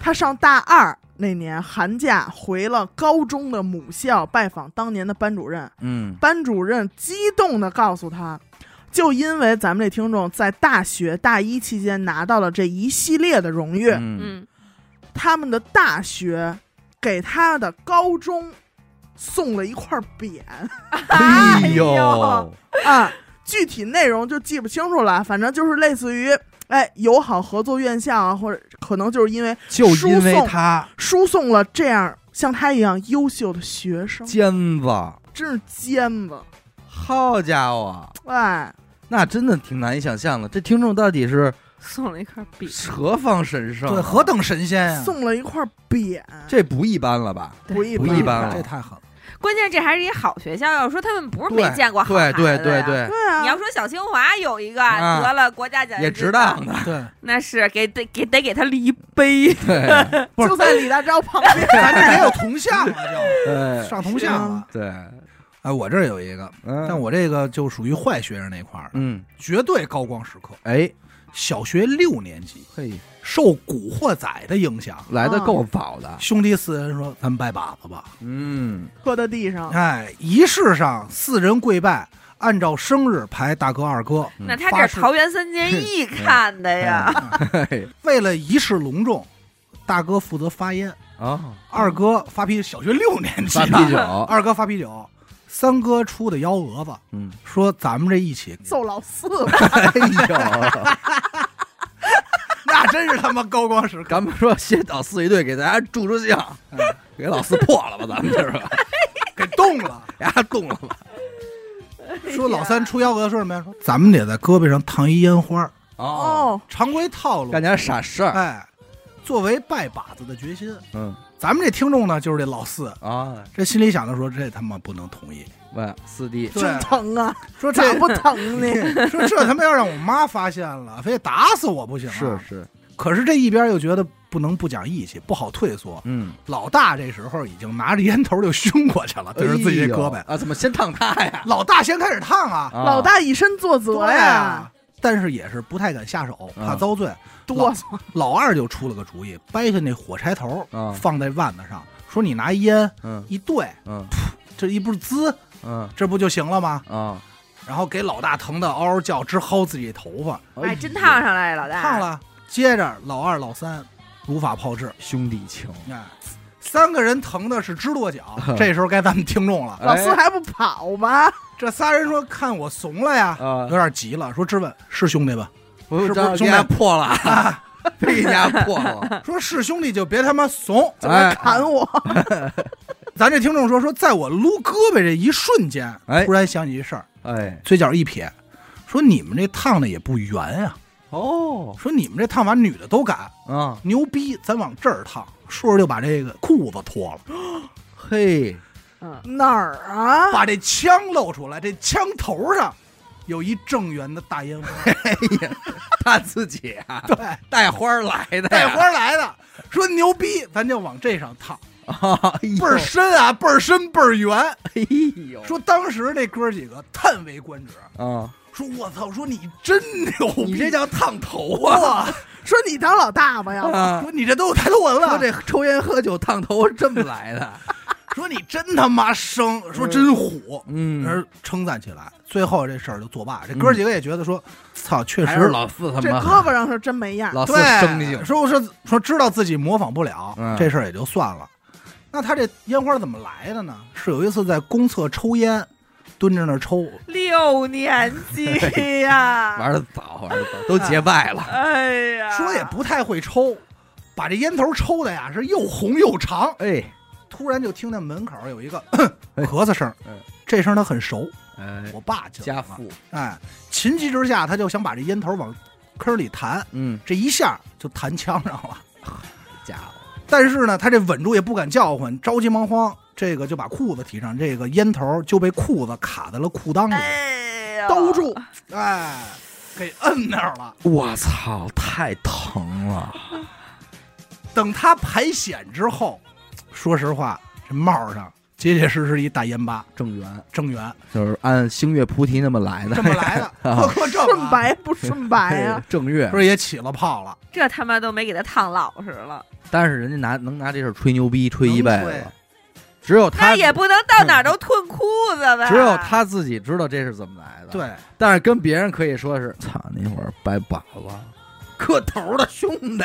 Speaker 2: 他上大二那年寒假回了高中的母校拜访当年的班主任，
Speaker 1: 嗯，
Speaker 2: 班主任激动地告诉他，就因为咱们这听众在大学大一期间拿到了这一系列的荣誉，
Speaker 1: 嗯，
Speaker 4: 嗯，
Speaker 2: 他们的大学给他的高中送了一块匾
Speaker 1: 哎
Speaker 4: 哎
Speaker 1: 呦
Speaker 4: 呦，
Speaker 2: 啊， 具体内容就记不清楚了，反正就是类似于。哎，友好合作院校啊，或者可能就是因为
Speaker 1: 就因为
Speaker 2: 输送
Speaker 1: 他
Speaker 2: 输送了这样像他一样优秀的学生，
Speaker 1: 尖子，
Speaker 2: 真是尖子！
Speaker 1: 好家伙，
Speaker 2: 哎，
Speaker 1: 那真的挺难以想象的。这听众到底是
Speaker 4: 送了一块饼，
Speaker 1: 何方神圣啊？
Speaker 3: 对，何等神仙哎呀，
Speaker 2: 送了一块匾，
Speaker 1: 这不一般了吧？
Speaker 2: 不一
Speaker 1: 不
Speaker 2: 般
Speaker 1: 一般了
Speaker 3: 这太狠了，
Speaker 4: 关键这还是一好学校。要说他们不是没
Speaker 1: 对
Speaker 4: 见过好
Speaker 1: 对
Speaker 4: 孩子
Speaker 1: 对对
Speaker 4: 呀。
Speaker 1: 对，
Speaker 2: 对啊，
Speaker 4: 你要说小清华有一个
Speaker 1: 啊
Speaker 4: 得了国家奖学金，
Speaker 1: 也值当，的，
Speaker 3: 对，
Speaker 4: 那是给得给得给他立一碑。
Speaker 1: 对，
Speaker 3: 不是
Speaker 2: 就在李大钊旁边，
Speaker 3: 哎咱这也有铜像了，就
Speaker 1: 对
Speaker 3: 上铜像了。
Speaker 1: 对，
Speaker 3: 哎，我这儿有一个，
Speaker 1: 嗯
Speaker 3: 但我这个就属于坏学生那块儿的，
Speaker 1: 嗯，
Speaker 3: 绝对高光时刻。
Speaker 1: 哎，
Speaker 3: 小学六年级，
Speaker 1: 嘿，
Speaker 3: 受《古惑仔》的影响，
Speaker 1: 来的够早的，
Speaker 3: 兄弟四人说：“咱们拜把子吧。
Speaker 1: 嗯，
Speaker 2: 搁在地” 上，
Speaker 3: 哎，仪式上四人跪拜，按照生日排大哥二哥。
Speaker 1: 嗯
Speaker 4: 那他
Speaker 3: 发
Speaker 4: 这
Speaker 3: 誓
Speaker 4: 是桃园三结义看的哎呀，
Speaker 1: 嗯嘿，
Speaker 3: 嗯为了仪式隆重，大哥负责发烟，
Speaker 1: 啊，
Speaker 3: 二哥发啤，小学六年级
Speaker 1: 发
Speaker 3: 啊
Speaker 1: 啤酒，
Speaker 3: 哦二哥发啤酒，三哥出的幺蛾子，
Speaker 1: 嗯，
Speaker 3: 说咱们这一起，
Speaker 2: 揍老四吧，
Speaker 1: 哎呦，
Speaker 3: 那真是他妈高光时刻。
Speaker 1: 咱们说先导四一队给大家助助兴，
Speaker 3: 嗯
Speaker 1: 给老四破了吧，咱们这是吧，
Speaker 3: 给冻 了。
Speaker 1: 给他动了吧，
Speaker 3: 说老三出幺蛾子说什么呀？说咱们得在胳膊上烫一烟花，
Speaker 1: 哦，
Speaker 2: 哦，
Speaker 3: 常规套路
Speaker 1: 干。点傻事儿，
Speaker 3: 哎，作为拜把子的决心，
Speaker 1: 嗯
Speaker 3: 咱们这听众呢就是这老四，
Speaker 1: 啊，
Speaker 3: 这心里想着说这他妈不能同意，
Speaker 1: 喂，四弟，
Speaker 3: 对
Speaker 2: 真疼啊，
Speaker 3: 说这
Speaker 2: 咋不疼呢？
Speaker 3: 说这 他妈要让我妈发现了，非得打死我不行、啊。
Speaker 1: 是，是，
Speaker 3: 可是这一边又觉得不能不讲义气，不好退缩。
Speaker 1: 嗯，
Speaker 3: 老大这时候已经拿着烟头就熏过去啊了，对着自己这胳膊。
Speaker 1: 哎呦啊，怎么先烫他呀？
Speaker 3: 老大先开始烫啊，
Speaker 1: 啊
Speaker 2: 老大以身作则
Speaker 3: 对
Speaker 2: 呀，
Speaker 3: 啊，但是也是不太敢下手，怕
Speaker 1: 嗯
Speaker 3: 遭罪。
Speaker 2: 哆嗦，
Speaker 3: 老二就出了个主意，掰下那火柴头
Speaker 1: 啊，
Speaker 3: 放在腕子上，说你拿烟
Speaker 1: 嗯
Speaker 3: 一对，
Speaker 1: 嗯
Speaker 3: 这一不是滋，
Speaker 1: 嗯
Speaker 3: 这不就行了吗？
Speaker 1: 啊，
Speaker 3: 然后给老大疼的嗷嗷叫，直薅自己头发，
Speaker 1: 嗯
Speaker 4: 哎，真烫上来了，老大
Speaker 3: 烫，了。接着老二、老三如法炮制，
Speaker 1: 兄弟情，
Speaker 3: 哎，三个人疼的是直跺脚。这时候该咱们听众了，
Speaker 2: 老四还不跑吗？
Speaker 3: 这仨人说看我怂了呀，
Speaker 1: 啊
Speaker 3: 有，点急了，说质问是兄弟吧？
Speaker 1: 不
Speaker 3: 是不是
Speaker 1: 这样
Speaker 3: 兄
Speaker 1: 给
Speaker 3: 弟
Speaker 1: 家破了啊，别给家破了，
Speaker 3: 说是兄弟就别他妈怂。
Speaker 2: 怎么砍我？
Speaker 3: 咱这听众说说，在我撸胳膊这一瞬间，
Speaker 1: 哎
Speaker 3: 突然想起一事儿，
Speaker 1: 哎，
Speaker 3: 嘴角一撇，说你们这烫的也不圆啊，
Speaker 1: 哦
Speaker 3: 说你们这烫法女的都敢，
Speaker 1: 啊，
Speaker 3: 牛逼，咱往这儿烫，说着就把这个裤子脱了，
Speaker 1: 嘿，
Speaker 4: 嗯，
Speaker 2: 哪儿啊？
Speaker 3: 把这枪露出来，这枪头上有一正圆的大烟花，
Speaker 1: 他自己啊，
Speaker 3: 对，
Speaker 1: 带花儿来的呀，
Speaker 3: 带花来的，说牛逼，咱就往这上烫，
Speaker 1: 啊，
Speaker 3: 倍儿深啊，倍儿深，倍儿圆。
Speaker 1: 哎呦，
Speaker 3: 说当时那哥几个叹为观止，
Speaker 1: 啊，
Speaker 3: 说我操，说你真牛逼，
Speaker 1: 你这叫烫头啊！
Speaker 3: 哇，
Speaker 2: 说你当老大吧要？
Speaker 1: 啊，
Speaker 3: 说你这都有抬头纹
Speaker 1: 说
Speaker 3: 了，
Speaker 1: 这抽烟喝酒烫头是这么来的，
Speaker 3: 说你真他妈生，说真虎，
Speaker 1: 嗯，
Speaker 3: 而称赞起来。最后这事儿就作罢，这哥几个也觉得说，操，确
Speaker 1: 还
Speaker 3: 实
Speaker 1: 是老四他
Speaker 2: 这
Speaker 1: 妈
Speaker 2: 胳膊上是真没样。
Speaker 1: 老四生
Speaker 3: 对，
Speaker 1: 性，
Speaker 3: 说说说知道自己模仿不了
Speaker 1: 嗯，
Speaker 3: 这事儿也就算了。那他这烟花怎么来的呢？是有一次在公厕抽烟，蹲着那儿抽，
Speaker 4: 六年级呀，
Speaker 1: 玩的早，玩的早，都结拜了，
Speaker 4: 哎呀，
Speaker 3: 说也不太会抽，把这烟头抽的呀是又红又长。
Speaker 1: 哎，
Speaker 3: 突然就听见门口有一个
Speaker 1: 哎
Speaker 3: 咳嗽声
Speaker 1: 嗯，
Speaker 3: 这声他很熟，
Speaker 1: 哎，
Speaker 3: 我爸进来
Speaker 1: 家
Speaker 3: 了。
Speaker 1: 父，
Speaker 3: 哎，情急之下，他就想把这烟头往坑里弹，
Speaker 1: 嗯，
Speaker 3: 这一下就弹枪上了。
Speaker 1: 家伙，
Speaker 3: 但是呢，他这稳住也不敢叫唤，着急忙慌，这个就把裤子提上，这个烟头就被裤子卡在了裤裆里，
Speaker 4: 哎
Speaker 1: 嗯
Speaker 4: 呀，
Speaker 3: 兜住，哎，给摁那儿了。
Speaker 1: 我操，太疼了，
Speaker 3: 等他排险之后，说实话，这帽上结结实实一大烟疤，
Speaker 1: 正缘
Speaker 3: 正 圆
Speaker 1: 就是按星月菩提那么来的
Speaker 3: 这，么来的，
Speaker 1: 哎啊？
Speaker 3: 呵呵，这么
Speaker 2: 顺
Speaker 3: 啊，
Speaker 2: 白不顺白呀
Speaker 1: 正月
Speaker 3: 不，是也起了泡了？
Speaker 4: 这他妈都没给他烫老实了，
Speaker 1: 但是人家拿能拿这事儿吹牛逼，吹一辈
Speaker 3: 能吹
Speaker 1: 子，只有他嗯
Speaker 4: 那也不能啊到哪儿都褪裤子吧？
Speaker 1: 只有他自己知道这是怎么来的。，
Speaker 3: 对，
Speaker 1: 但是跟别人可以说是，操，那会儿掰把了，磕头的兄弟，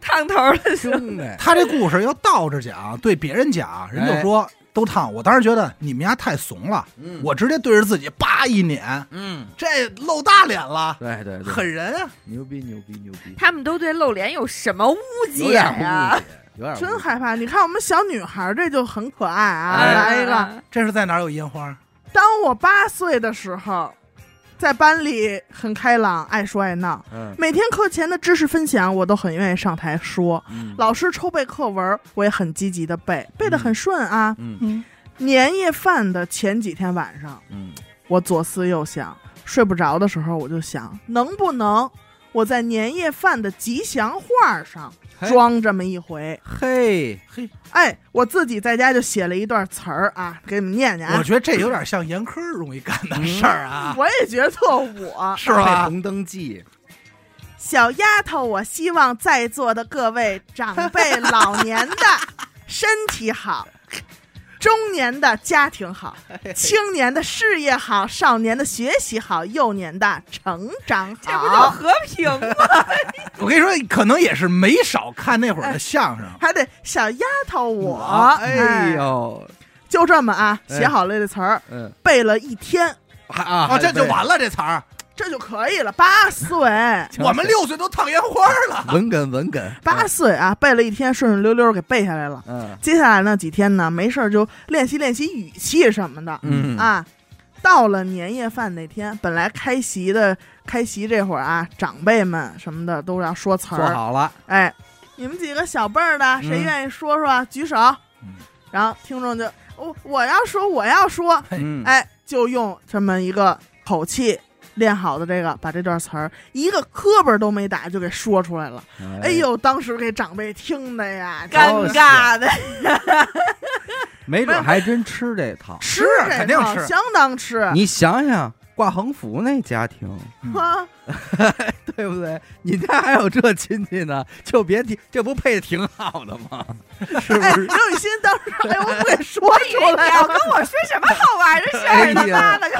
Speaker 4: 烫头的时候
Speaker 1: 兄弟，
Speaker 3: 他这故事要倒着讲，对别人讲，人
Speaker 1: 哎
Speaker 3: 就说都烫。我当时觉得你们家太怂了，
Speaker 1: 嗯
Speaker 3: 我直接对着自己叭一撵，
Speaker 1: 嗯，
Speaker 3: 这露大脸了，
Speaker 1: 对对对，
Speaker 3: 狠人啊！
Speaker 1: 牛逼牛逼牛逼，
Speaker 4: 他们都对露脸有什么误
Speaker 1: 有
Speaker 4: 解
Speaker 1: 点
Speaker 4: 呀
Speaker 1: 误？解，有点
Speaker 2: 真
Speaker 1: 误解
Speaker 2: 害怕！你看我们小女孩儿这就很可爱啊，
Speaker 1: 哎
Speaker 2: 来一个。
Speaker 3: 这是在哪儿有烟花？
Speaker 2: 当我八岁的时候，在班里很开朗，爱说爱闹。
Speaker 1: 嗯
Speaker 2: 每天课前的知识分享，我都很愿意上台说。
Speaker 1: 嗯
Speaker 2: 老师抽背课文，我也很积极的背，背得很顺啊。
Speaker 1: 嗯
Speaker 3: 嗯，
Speaker 2: 年夜饭的前几天晚上，
Speaker 1: 嗯，
Speaker 2: 我左思右想，睡不着的时候，我就想，能不能我在年夜饭的吉祥画上
Speaker 1: 嘿
Speaker 2: 装这么一回？
Speaker 1: 嘿，
Speaker 3: 嘿，
Speaker 2: 哎，我自己在家就写了一段词儿啊，给你们念念
Speaker 3: 我
Speaker 2: 啊。
Speaker 3: 觉得这有点像严科容易干的事儿啊，
Speaker 2: 我也觉得特 我。
Speaker 3: 是
Speaker 1: 配
Speaker 3: 吧？
Speaker 1: 红灯记，
Speaker 2: 小丫头，我希望在座的各位长辈、老年的身体好，中年的家庭好，青年的事业好，少年的学习好，幼年的成长
Speaker 4: 这不就
Speaker 2: 好，
Speaker 4: 和平吗？
Speaker 3: 我跟你说，可能也是没少看那会儿的相声。
Speaker 2: 还得小丫头我，
Speaker 1: 哎，呦，
Speaker 2: 就这么啊，
Speaker 1: 哎
Speaker 2: 写好了这词儿，
Speaker 1: 嗯
Speaker 2: 背了一天，
Speaker 1: 啊啊
Speaker 3: 啊，这就
Speaker 1: 了。
Speaker 3: 完了这词儿。
Speaker 2: 这就可以了。八岁，
Speaker 1: 强
Speaker 3: 我们六岁都烫烟花了，
Speaker 1: 文哏文哏，
Speaker 2: 八岁啊，背了一天，顺顺溜溜给背下来了。
Speaker 1: 嗯
Speaker 2: 接下来呢，几天呢，没事儿就练习练习语气什么的。
Speaker 1: 嗯，
Speaker 2: 啊，到了年夜饭那天，本来开席的开席这会儿啊，长辈们什么的都要说词
Speaker 1: 做
Speaker 2: 儿，
Speaker 1: 好了，
Speaker 2: 哎，你们几个小辈儿的，谁
Speaker 1: 嗯
Speaker 2: 愿意说说？举手。
Speaker 3: 嗯
Speaker 2: 然后听众就我我要说我要说，
Speaker 1: 嗯，
Speaker 2: 哎，就用这么一个口气。练好的这个，把这段词儿一个磕巴都没打就给说出来了。哎，呦，当时给长辈听的呀，
Speaker 4: 尴尬的，
Speaker 1: 没准还真吃这套。
Speaker 2: 吃
Speaker 3: 是
Speaker 2: 这
Speaker 3: 肯定
Speaker 2: 套
Speaker 3: 是
Speaker 2: 相当吃。
Speaker 1: 你想想，挂横幅那家庭，
Speaker 2: 啊，
Speaker 1: 对不对？你家还有这亲戚呢，就别提，这不配的挺好的吗？是不
Speaker 2: 哎，
Speaker 1: 是？
Speaker 2: 刘雨欣当时哎，我不给说
Speaker 4: 我以为
Speaker 2: 出
Speaker 4: 你
Speaker 2: 来啊
Speaker 4: 要
Speaker 2: 了
Speaker 4: 跟。我说什么好玩的事儿呢？
Speaker 1: 哎呀
Speaker 4: 妈了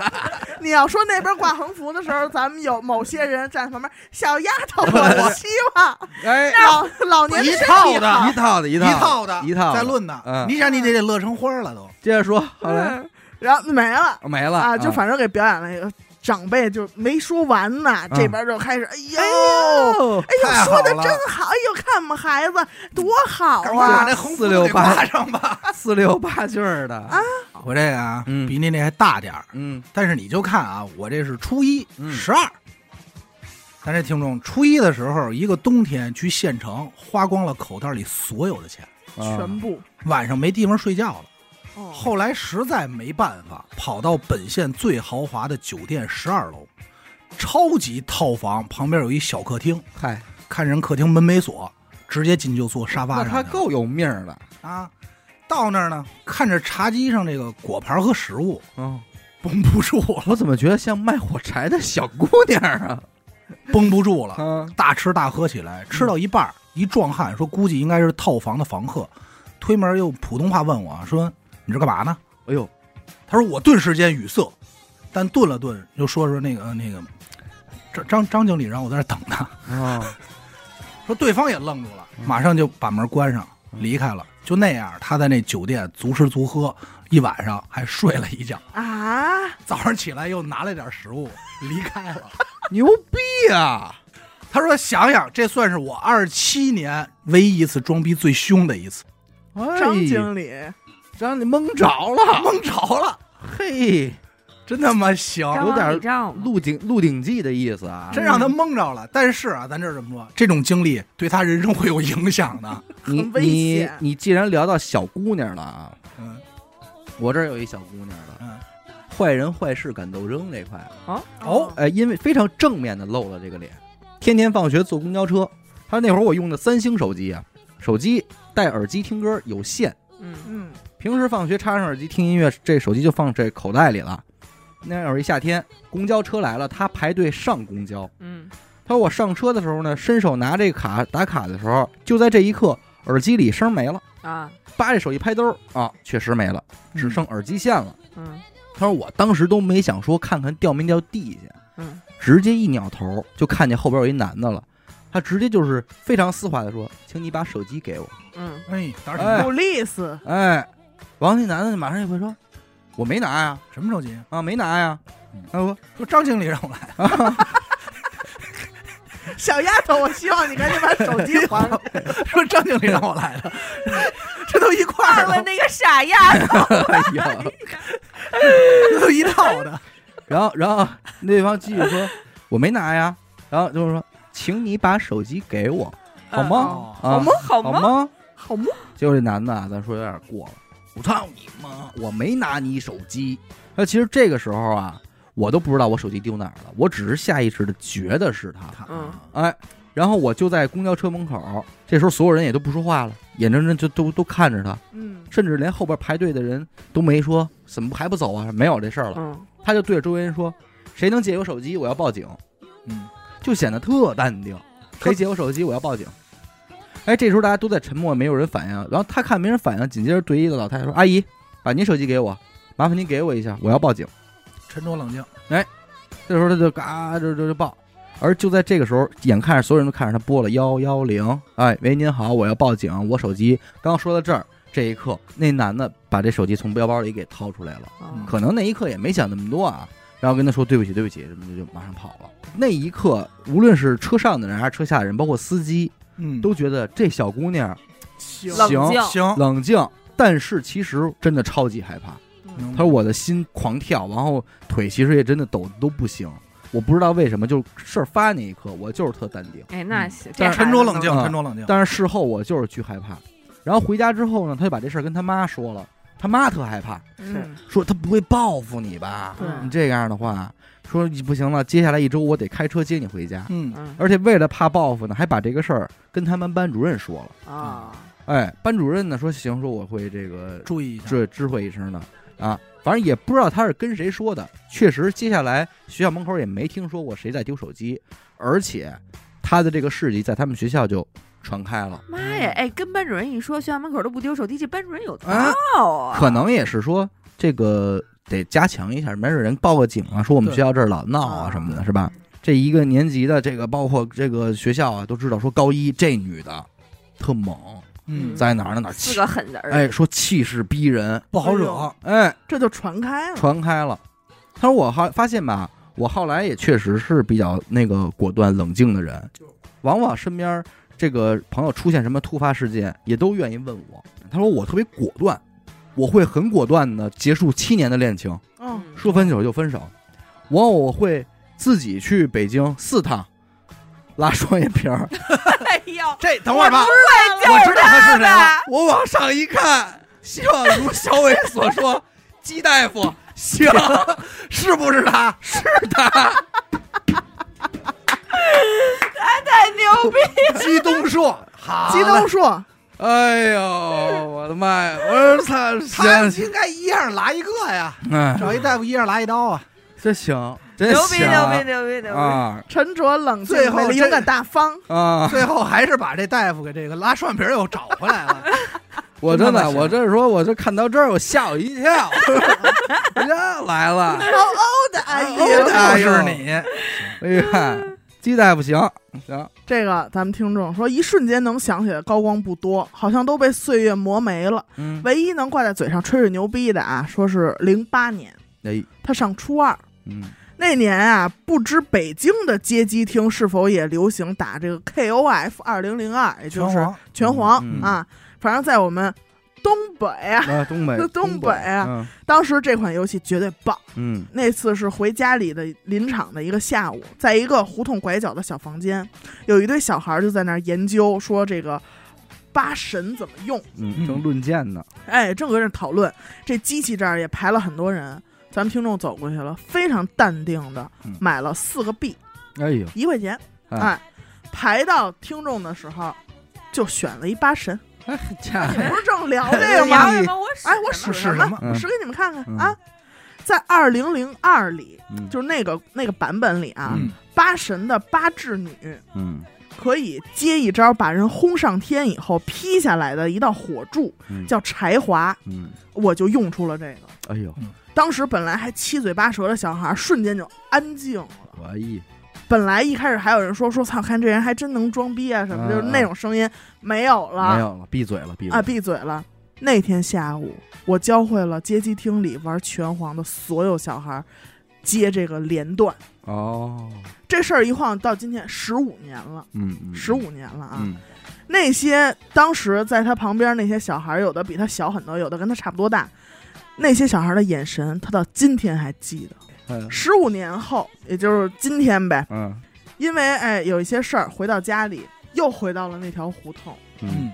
Speaker 4: 个
Speaker 2: 你要说那边挂横幅的时候，咱们有某些人站旁边，小丫头，我希望
Speaker 1: 哎，
Speaker 2: 老老年
Speaker 3: 一
Speaker 2: 身
Speaker 3: 套
Speaker 2: 体
Speaker 3: 的
Speaker 1: 一套的，一
Speaker 3: 一
Speaker 1: 套
Speaker 3: 的
Speaker 1: 一套的
Speaker 3: 在论呢。
Speaker 1: 嗯
Speaker 3: 你想，你得得乐成花了都。
Speaker 1: 接着说，后来
Speaker 2: 嗯然后没了
Speaker 1: 没了
Speaker 2: 啊，就反正给表演了一个。长辈就没说完呢，
Speaker 1: 嗯
Speaker 2: 这边就开始，哎呦，
Speaker 1: 哎呦，
Speaker 2: 哎呦，
Speaker 3: 太好
Speaker 2: 说
Speaker 3: 了
Speaker 2: 的真好，哎呦，看看我们孩子多好
Speaker 3: 赶快
Speaker 2: 啊
Speaker 3: 把！那红
Speaker 1: 四
Speaker 3: 裤
Speaker 1: 六
Speaker 3: 子给
Speaker 1: 八
Speaker 3: 挂上吧。
Speaker 1: 四六八句儿的啊，
Speaker 3: 我这个啊，
Speaker 1: 嗯
Speaker 3: 比你那还大点儿，
Speaker 1: 嗯
Speaker 3: 但是你就看啊，我这是初一
Speaker 1: 嗯
Speaker 3: 十二。咱这听众初一的时候，一个冬天去县城，花光了口袋里所有的钱，
Speaker 1: 啊
Speaker 2: 全部
Speaker 3: 晚上没地方睡觉了。
Speaker 2: 哦，
Speaker 3: 后来实在没办法，跑到本县最豪华的酒店十二楼，超级套房旁边有一小客厅，
Speaker 1: 啊嗨，
Speaker 3: 看人客厅门没锁，直接进就坐沙发
Speaker 1: 那
Speaker 3: 上去了。
Speaker 1: 他够有命儿的，
Speaker 3: 啊！到那儿呢，看着茶几上这个果盘和食物，
Speaker 1: 嗯，
Speaker 3: 绷不住了，
Speaker 1: 我怎么觉得像卖火柴的小姑娘啊？
Speaker 3: 绷不住了，
Speaker 1: 啊，
Speaker 3: 大吃大喝起来。吃到一半儿，一壮汉说估计应该是套房的房客，推门用普通话问我说：“你这干嘛呢？”
Speaker 1: 哎呦，
Speaker 3: 他说我顿时间语塞，但顿了顿，又说说那个呃那个张张张经理让我在这儿等他，
Speaker 1: 啊，
Speaker 3: 说对方也愣住了，
Speaker 1: 嗯
Speaker 3: 马上就把门关上离开了。就那样，他在那酒店足吃足喝一晚上，还睡了 一觉。
Speaker 2: 啊，
Speaker 3: 早上起来又拿了点食物离开了。
Speaker 1: 牛逼啊！
Speaker 3: 他说：“想想，这算是我二七年唯一一次装逼最凶的一次，
Speaker 1: 哎
Speaker 2: 张经理，
Speaker 1: 张你蒙着了，
Speaker 3: 蒙着了，
Speaker 1: 嘿，
Speaker 3: 真他妈行。”
Speaker 4: 张
Speaker 1: 有点
Speaker 4: 王
Speaker 1: 儿
Speaker 4: 李丈
Speaker 1: 《
Speaker 4: 嘛
Speaker 1: 鹿鼎鹿鼎记》的意思啊。
Speaker 3: 真让他蒙着了。但是啊，咱这儿怎么说？这种经历对他人生会有影响 的。
Speaker 1: 你
Speaker 2: 很危
Speaker 1: 你
Speaker 2: 险
Speaker 1: 你既然聊到小姑娘了啊，
Speaker 3: 嗯
Speaker 1: 我这儿有一小姑娘的
Speaker 3: 嗯，
Speaker 1: 坏人坏事敢斗争这块，
Speaker 3: 哦
Speaker 1: 呃，因为非常正面的露了这个脸，天天放学坐公交车。他那会儿我用的三星手机啊，手机戴耳机听歌有线，
Speaker 4: 嗯，
Speaker 2: 嗯，
Speaker 1: 平时放学插上耳机听音乐，这手机就放这口袋里了。那会儿一夏天，公交车来了，他排队上公交。
Speaker 4: 嗯，
Speaker 1: 他说我上车的时候呢，伸手拿这个卡打卡的时候，就在这一刻，耳机里声没了，
Speaker 4: 啊，
Speaker 1: 扒这手一拍兜儿啊，确实没了，只剩耳机线了。
Speaker 4: 嗯
Speaker 1: 他说我当时都没想说看看掉没掉地下，
Speaker 4: 嗯，
Speaker 1: 直接一扭头就看见后边有一男的了，他直接就是非常丝滑的说：“请你把手机给我。
Speaker 4: 嗯，
Speaker 3: 哎，胆儿挺
Speaker 1: 哎
Speaker 3: 大。
Speaker 2: 普利斯，”
Speaker 1: 哎，王那男的马上就会说：“我没拿呀，
Speaker 3: 什么手机？
Speaker 1: 啊，没拿呀。”他说
Speaker 3: 说张经理让我来，
Speaker 2: 小丫头，我希望你赶紧把手机
Speaker 3: 哎
Speaker 2: 还给我。
Speaker 3: 说张经理让我来的， 这都一块儿
Speaker 4: 问问
Speaker 3: 的，
Speaker 4: 那个傻丫头，：“
Speaker 1: 哎呀。
Speaker 3: 这都一套的。”
Speaker 1: 然后，然后那对方继续说：“我没拿呀。”然后就是说：“请你把手机给我，好吗？
Speaker 4: 嗯哦好
Speaker 1: 啊
Speaker 4: 吗，？好
Speaker 1: 好
Speaker 4: 吗？
Speaker 1: 吗
Speaker 2: 好吗？？”
Speaker 1: 结果这男的啊，咱说有点过了，我操你妈！我没拿你手机。那其实这个时候啊，我都不知道我手机丢哪儿了，我只是下意识的觉得是他。
Speaker 4: 嗯
Speaker 1: 哎，然后我就在公交车门口，这时候所有人也都不说话了，眼睁睁就都都看着他，
Speaker 2: 嗯，
Speaker 1: 甚至连后边排队的人都没说怎么还不走啊，没有这事儿了。
Speaker 4: 嗯，
Speaker 1: 他就对着周围人说：“谁能借我手机，我要报警。
Speaker 3: 嗯，”
Speaker 1: 就显得特淡定。谁借我手机，我要报警。哎，这时候大家都在沉默，没有人反应。然后他看没人反应，紧接着对一个老太太说：“阿姨，把您手机给我，麻烦您给我一下，我要报警。”
Speaker 3: 沉着冷静。
Speaker 1: 这时候他就嘎就就就报，而就在这个时候，眼看着所有人都看着他拨了幺幺零，哎，喂，您好，我要报警，我手机。刚说到这儿，这一刻，那男的把这手机从包包里给掏出来了，
Speaker 4: 嗯
Speaker 1: 可能那一刻也没想那么多啊，然后跟他说对不起，对不起，什么的就马上跑了。那一刻，无论是车上的人还是车下的人，包括司机，
Speaker 3: 嗯
Speaker 1: 都觉得这小姑娘
Speaker 2: 行
Speaker 4: 冷
Speaker 1: 行
Speaker 4: 静，
Speaker 3: 行。
Speaker 1: 冷静，但是其实真的超级害怕。
Speaker 3: 明
Speaker 1: 他
Speaker 3: 白
Speaker 1: 说我的心狂跳，然后腿其实也真的抖得都不行。我不知道为什么，就是事儿发那一刻，我就是特淡定，
Speaker 4: 哎，那行，
Speaker 1: 但是
Speaker 3: 沉着冷静，
Speaker 1: 嗯
Speaker 3: 沉着冷静。
Speaker 1: 但是事后我就是巨害怕。然后回家之后呢，他就把这事儿跟他妈说了，他妈特害怕，
Speaker 4: 嗯，
Speaker 1: 说他不会报复你吧？
Speaker 2: 对
Speaker 1: 你这样的话，说你不行了，接下来一周我得开车接你回家。
Speaker 3: 嗯，
Speaker 4: 嗯
Speaker 1: 而且为了怕报复呢，还把这个事儿跟他们班主任说了。
Speaker 4: 啊，
Speaker 1: 哎，班主任呢说行，说我会这个
Speaker 3: 注意一下。
Speaker 1: 这知会一声的啊，反正也不知道他是跟谁说的。确实，接下来学校门口也没听说过谁在丢手机，而且他的这个事迹在他们学校就传开了。
Speaker 4: 妈呀，哎，跟班主任一说，学校门口都不丢手机，这班主任有道
Speaker 1: 啊
Speaker 4: 啊，
Speaker 1: 可能也是说这个得加强一下，没准人报个警啊，说我们
Speaker 3: 对
Speaker 1: 学校这儿老闹啊什么的，是吧？这一个年级的这个包括这个学校啊，都知道说高一这女的特猛，
Speaker 3: 嗯，
Speaker 1: 在哪儿呢哪儿
Speaker 4: 四
Speaker 1: 气，
Speaker 4: 个狠人儿，
Speaker 1: 哎，说气势逼人，
Speaker 3: 不好
Speaker 2: 哎
Speaker 3: 惹
Speaker 2: 呦。
Speaker 1: 哎，
Speaker 2: 这就传开了。
Speaker 1: 传开了。他说我后发现吧，我后来也确实是比较那个果断冷静的人，往往身边这个朋友出现什么突发事件，也都愿意问我。他说我特别果断，我会很果断的结束七年的恋情，
Speaker 2: 哦，
Speaker 4: 嗯
Speaker 1: 说分手就分手。我我会自己去北京四趟，拉双眼皮儿。
Speaker 4: 哎呦，
Speaker 3: 这等会儿吧，
Speaker 4: 道
Speaker 3: 我知道他是谁了。
Speaker 1: 我往上一看，希望如小伟所说，鸡大夫
Speaker 3: 行，是不是他？
Speaker 4: 太哎牛逼！
Speaker 3: 姬东硕，好嘞，
Speaker 2: 吉 东硕，
Speaker 1: 哎呦，我的妈呀！我说操，
Speaker 3: 他
Speaker 1: 行，
Speaker 3: 应该一样拿一个呀，
Speaker 1: 哎，
Speaker 3: 找一大夫一样拿一刀啊。
Speaker 1: 这行，真
Speaker 4: 牛逼
Speaker 1: 行
Speaker 4: 牛逼牛逼牛逼！
Speaker 1: 啊
Speaker 2: 沉着冷静，
Speaker 3: 最后
Speaker 2: 美丽
Speaker 3: 这
Speaker 2: 勇敢大方，
Speaker 1: 啊！
Speaker 3: 最后还是把这大夫给这个拉双眼皮儿又找回来了。
Speaker 1: 我真
Speaker 3: 真他
Speaker 1: 的，
Speaker 3: 妈
Speaker 1: 我这说，我这看到这儿，我吓我一跳， 呀来了，
Speaker 2: 好欧的哎阿姨。
Speaker 1: 欧的
Speaker 3: 又是你，
Speaker 1: 哎呀，鸡大夫行行，
Speaker 2: 这个咱们听众说，一瞬间能想起来高光不多，好像都被岁月磨没了。
Speaker 1: 嗯，
Speaker 2: 唯一能挂在嘴上吹吹牛逼的啊，说是零八年，
Speaker 1: 哎，
Speaker 2: 他上初二
Speaker 1: 嗯，
Speaker 2: 那年啊，不知北京的街机厅是否也流行打这个 KOF 二零零二，也就是
Speaker 3: 王
Speaker 2: 拳皇、
Speaker 1: 嗯嗯
Speaker 2: 啊。反正在我们东北啊，
Speaker 1: 那东北
Speaker 2: 东北
Speaker 1: 啊，
Speaker 2: 当时这款游戏绝对棒。
Speaker 1: 嗯
Speaker 2: 那次是回家里的临场的一个下午，在一个胡同拐角的小房间，有一堆小孩就在那儿研究说这个八神怎么用。
Speaker 1: 嗯，正论剑呢，
Speaker 2: 哎，正搁这讨论，这机器这儿也排了很多人。咱们听众走过去了，非常淡定的
Speaker 1: 嗯
Speaker 2: 买了四个币，
Speaker 1: 哎呦，
Speaker 2: 一块钱。
Speaker 1: 哎
Speaker 2: 哎，排到听众的时候，就选了一八神。
Speaker 1: 家
Speaker 2: 你不是正聊这
Speaker 1: 哎
Speaker 2: 个
Speaker 1: 呀
Speaker 2: 吗？
Speaker 4: 聊什么？我
Speaker 2: 哎，我
Speaker 4: 使
Speaker 2: 使
Speaker 4: 什
Speaker 3: 是
Speaker 4: 么
Speaker 3: 什
Speaker 2: 么
Speaker 3: 么？
Speaker 1: 嗯
Speaker 2: 我使给你们看看
Speaker 1: 嗯
Speaker 2: 啊！在二零零二里，
Speaker 1: 嗯
Speaker 2: 就是那个那个版本里啊，
Speaker 1: 嗯
Speaker 2: 八神的八智女
Speaker 1: 嗯
Speaker 2: 可以接一招把人轰上天以后劈下来的一道火柱，
Speaker 1: 嗯
Speaker 2: 叫柴华，
Speaker 1: 嗯，
Speaker 2: 我就用出了这个。
Speaker 1: 哎
Speaker 2: 啊
Speaker 1: 呦，
Speaker 2: 当时本来还七嘴八舌的小孩儿，瞬间就安静了。
Speaker 1: 我哎，
Speaker 2: 本来一开始还有人说说操，看这人还真能装逼啊什么，
Speaker 1: 嗯
Speaker 2: 就是那种声音没有
Speaker 1: 没
Speaker 2: 了
Speaker 1: 有了，闭嘴了，闭嘴
Speaker 2: 啊，闭嘴了。那天下午，我教会了街机厅里玩拳皇的所有小孩儿接这个连段。
Speaker 1: 哦，
Speaker 2: 这事儿一晃到今天十五年了，
Speaker 1: 嗯，
Speaker 2: 十五年了啊！
Speaker 1: 嗯
Speaker 2: 那些当时在他旁边那些小孩儿，有的比他小很多，有的跟他差不多大。那些小孩儿的眼神，他到今天还记得。
Speaker 3: 哎
Speaker 1: 嗯
Speaker 2: 十五年后，也就是今天呗，
Speaker 1: 嗯
Speaker 2: 因为哎有一些事儿，回到家里又回到了那条胡同，
Speaker 1: 嗯，，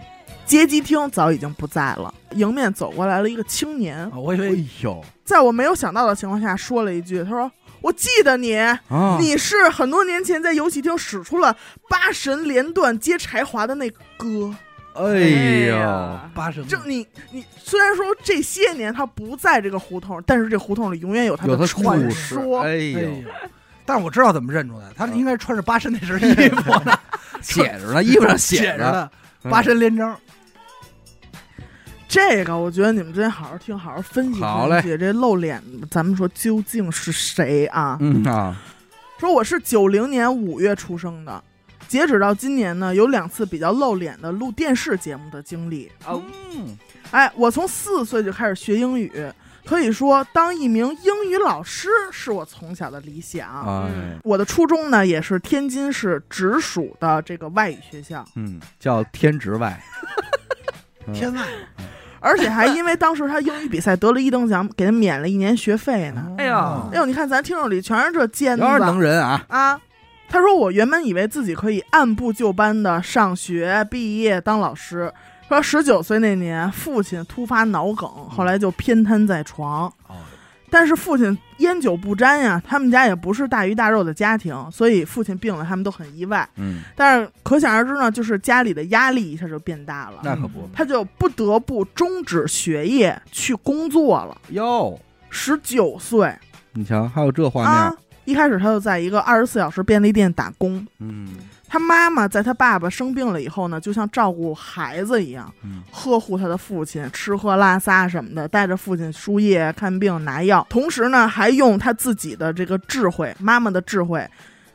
Speaker 2: 街机厅早已经不在了，迎面走过来了一个青年
Speaker 3: 啊，我以
Speaker 1: 哎
Speaker 3: 为
Speaker 1: 呦
Speaker 2: 在我没有想到的情况下说了一句，他说：“我记得你，
Speaker 1: 啊，
Speaker 2: 你是很多年前在游戏厅使出了八神连段接柴华的那哥。”
Speaker 1: 哎呦，
Speaker 4: 呀，
Speaker 3: 八神
Speaker 2: 就你你虽然说这些年他不在这个胡同，但是这胡同里永远有他
Speaker 1: 有
Speaker 2: 的
Speaker 1: 他
Speaker 2: 传
Speaker 1: 故事
Speaker 2: 说。
Speaker 1: 哎
Speaker 3: 哎
Speaker 1: 呦。
Speaker 3: 呦，但是我知道怎么认出来，他应该穿着八神那身衣服呢，
Speaker 1: 写着呢，嗯 嗯衣服上
Speaker 3: 写
Speaker 1: 写
Speaker 3: 着
Speaker 1: 着。
Speaker 3: 呢八神连章。
Speaker 2: 这个我觉得你们真好好听，好好分析
Speaker 1: 好
Speaker 2: 分析这露脸，咱们说究竟是谁啊？
Speaker 1: 嗯啊，
Speaker 2: 说我是九零年五月出生的，截止到今年呢，有两次比较露脸的录电视节目的经历。
Speaker 3: 啊
Speaker 1: 嗯，
Speaker 2: 哎，我从四岁就开始学英语，可以说当一名英语老师是我从小的理想。
Speaker 1: 哎，
Speaker 2: 我的初中呢，也是天津市直属的这个外语学校，
Speaker 1: 嗯，叫天职外，嗯
Speaker 3: 天呐，
Speaker 2: 而且还因为当时他英语比赛得了一等奖，给他免了一年学费呢。
Speaker 4: 哎呦
Speaker 2: 哎呦，你看咱听众里全是这尖子
Speaker 1: 有点能人啊，
Speaker 2: 啊！他说我原本以为自己可以按部就班的上学、毕业、当老师。说十九岁那年，父亲突发脑梗，后来就偏瘫在床。
Speaker 1: 嗯
Speaker 3: 哦
Speaker 2: 但是父亲烟酒不沾呀，他们家也不是大鱼大肉的家庭，所以父亲病了，他们都很意外。
Speaker 1: 嗯，
Speaker 2: 但是可想而知呢，就是家里的压力一下就变大了，
Speaker 1: 那可不
Speaker 2: 他就不得不终止学业去工作了。
Speaker 1: 哟，
Speaker 2: 十九岁
Speaker 1: 你瞧，还有这画
Speaker 2: 啊
Speaker 1: 面，，
Speaker 2: 一开始他就在一个二十四小时便利店打工。
Speaker 1: 嗯
Speaker 2: 他妈妈在他爸爸生病了以后呢，就像照顾孩子一样，
Speaker 1: 嗯
Speaker 2: 呵护他的父亲，吃喝拉撒什么的，带着父亲输液、看病、拿药，同时呢，还用他自己的这个智慧，妈妈的智慧，